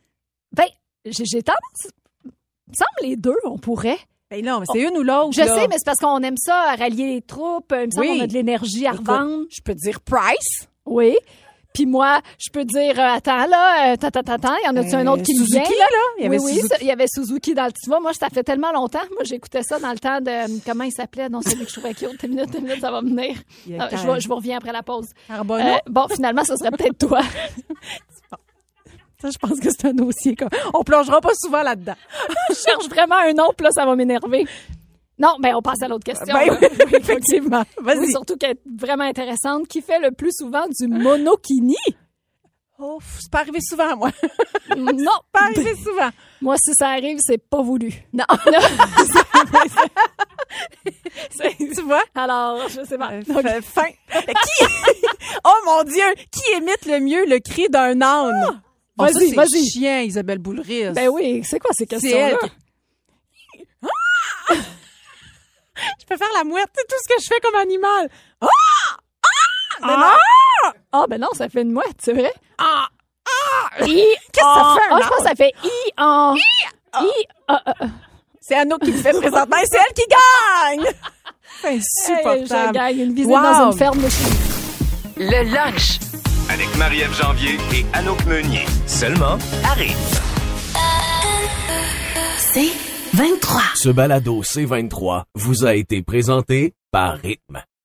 Speaker 6: Ben, j'ai j'ai tendance. Il me semble les deux, on pourrait.
Speaker 5: Ben non, mais c'est une ou l'autre.
Speaker 6: Oh. Je
Speaker 5: là.
Speaker 6: sais, mais c'est parce qu'on aime ça, rallier les troupes. Il me semble
Speaker 5: Oui.
Speaker 6: qu'on a de l'énergie à
Speaker 5: Écoute,
Speaker 6: revendre.
Speaker 5: Je peux dire Price.
Speaker 6: Oui. Puis moi, je peux dire, euh, attends là, euh, attends, attends, attends, il y en a-tu un
Speaker 5: Euh,
Speaker 6: autre qui me
Speaker 5: Suzuki, là,
Speaker 6: vient?
Speaker 5: là. Il y avait
Speaker 6: oui, oui,
Speaker 5: Suzuki.
Speaker 6: ça- il y avait Suzuki dans le petit Moi, ça fait tellement longtemps. Moi, j'écoutais ça dans le temps de. euh, Comment il s'appelait? Non, celui que je trouvais cute. Une minute, une minute, ça va venir.
Speaker 5: Il y a Ah, bah,
Speaker 6: Ah, je,
Speaker 5: Car- Euh,
Speaker 6: vais- je vous reviens après la pause.
Speaker 5: Carbonneau.
Speaker 6: Euh, bon, finalement, ce serait peut-être toi.
Speaker 5: Ça, je pense que c'est un dossier. Comme... On plongera pas souvent là-dedans.
Speaker 6: je cherche vraiment un nom, puis là, ça va m'énerver. Non, ben on passe à l'autre question.
Speaker 5: Ben
Speaker 6: là.
Speaker 5: oui, effectivement. Ben, Vas-y.
Speaker 6: Oui, surtout qu'elle est vraiment intéressante. Qui fait le plus souvent du monokini?
Speaker 5: Oh, c'est pas arrivé souvent, moi.
Speaker 6: non. Ben,
Speaker 5: pas arrivé souvent.
Speaker 6: Moi, si ça arrive, c'est pas voulu.
Speaker 5: Non. tu vois?
Speaker 6: Alors, je sais pas.
Speaker 5: Euh, Fin. qui... oh mon Dieu! Qui imite le mieux le cri d'un âne? Bon, ça,
Speaker 6: Vas-y,
Speaker 5: c'est
Speaker 6: vas-y.
Speaker 5: chien, Isabelle Boulris.
Speaker 6: Ben oui, c'est quoi ces
Speaker 5: c'est elle.
Speaker 6: questions-là?
Speaker 5: qui- Ah! je peux faire la mouette. C'est tout ce que je fais comme animal. Ah!
Speaker 6: Ben non. Ah, ben non, ça fait une mouette, c'est vrai?
Speaker 5: Ah!
Speaker 6: I, Qu'est-ce que ça
Speaker 5: fait,
Speaker 6: fait?
Speaker 5: un
Speaker 6: Ah, je pense que ça fait I en. I, ah, ah, ah.
Speaker 5: C'est Anouk qui le fait présentement et c'est elle qui gagne! C'est
Speaker 6: Hey, je
Speaker 5: insupportable.
Speaker 6: gagne une visite
Speaker 5: Wow.
Speaker 6: dans une ferme de chien.
Speaker 2: Le lunch.
Speaker 3: Avec Marie-Ève Janvier et Anouk Meunier. Seulement à Rythme.
Speaker 8: C'est 23.
Speaker 12: Ce balado C23 vous a été présenté par Rythme.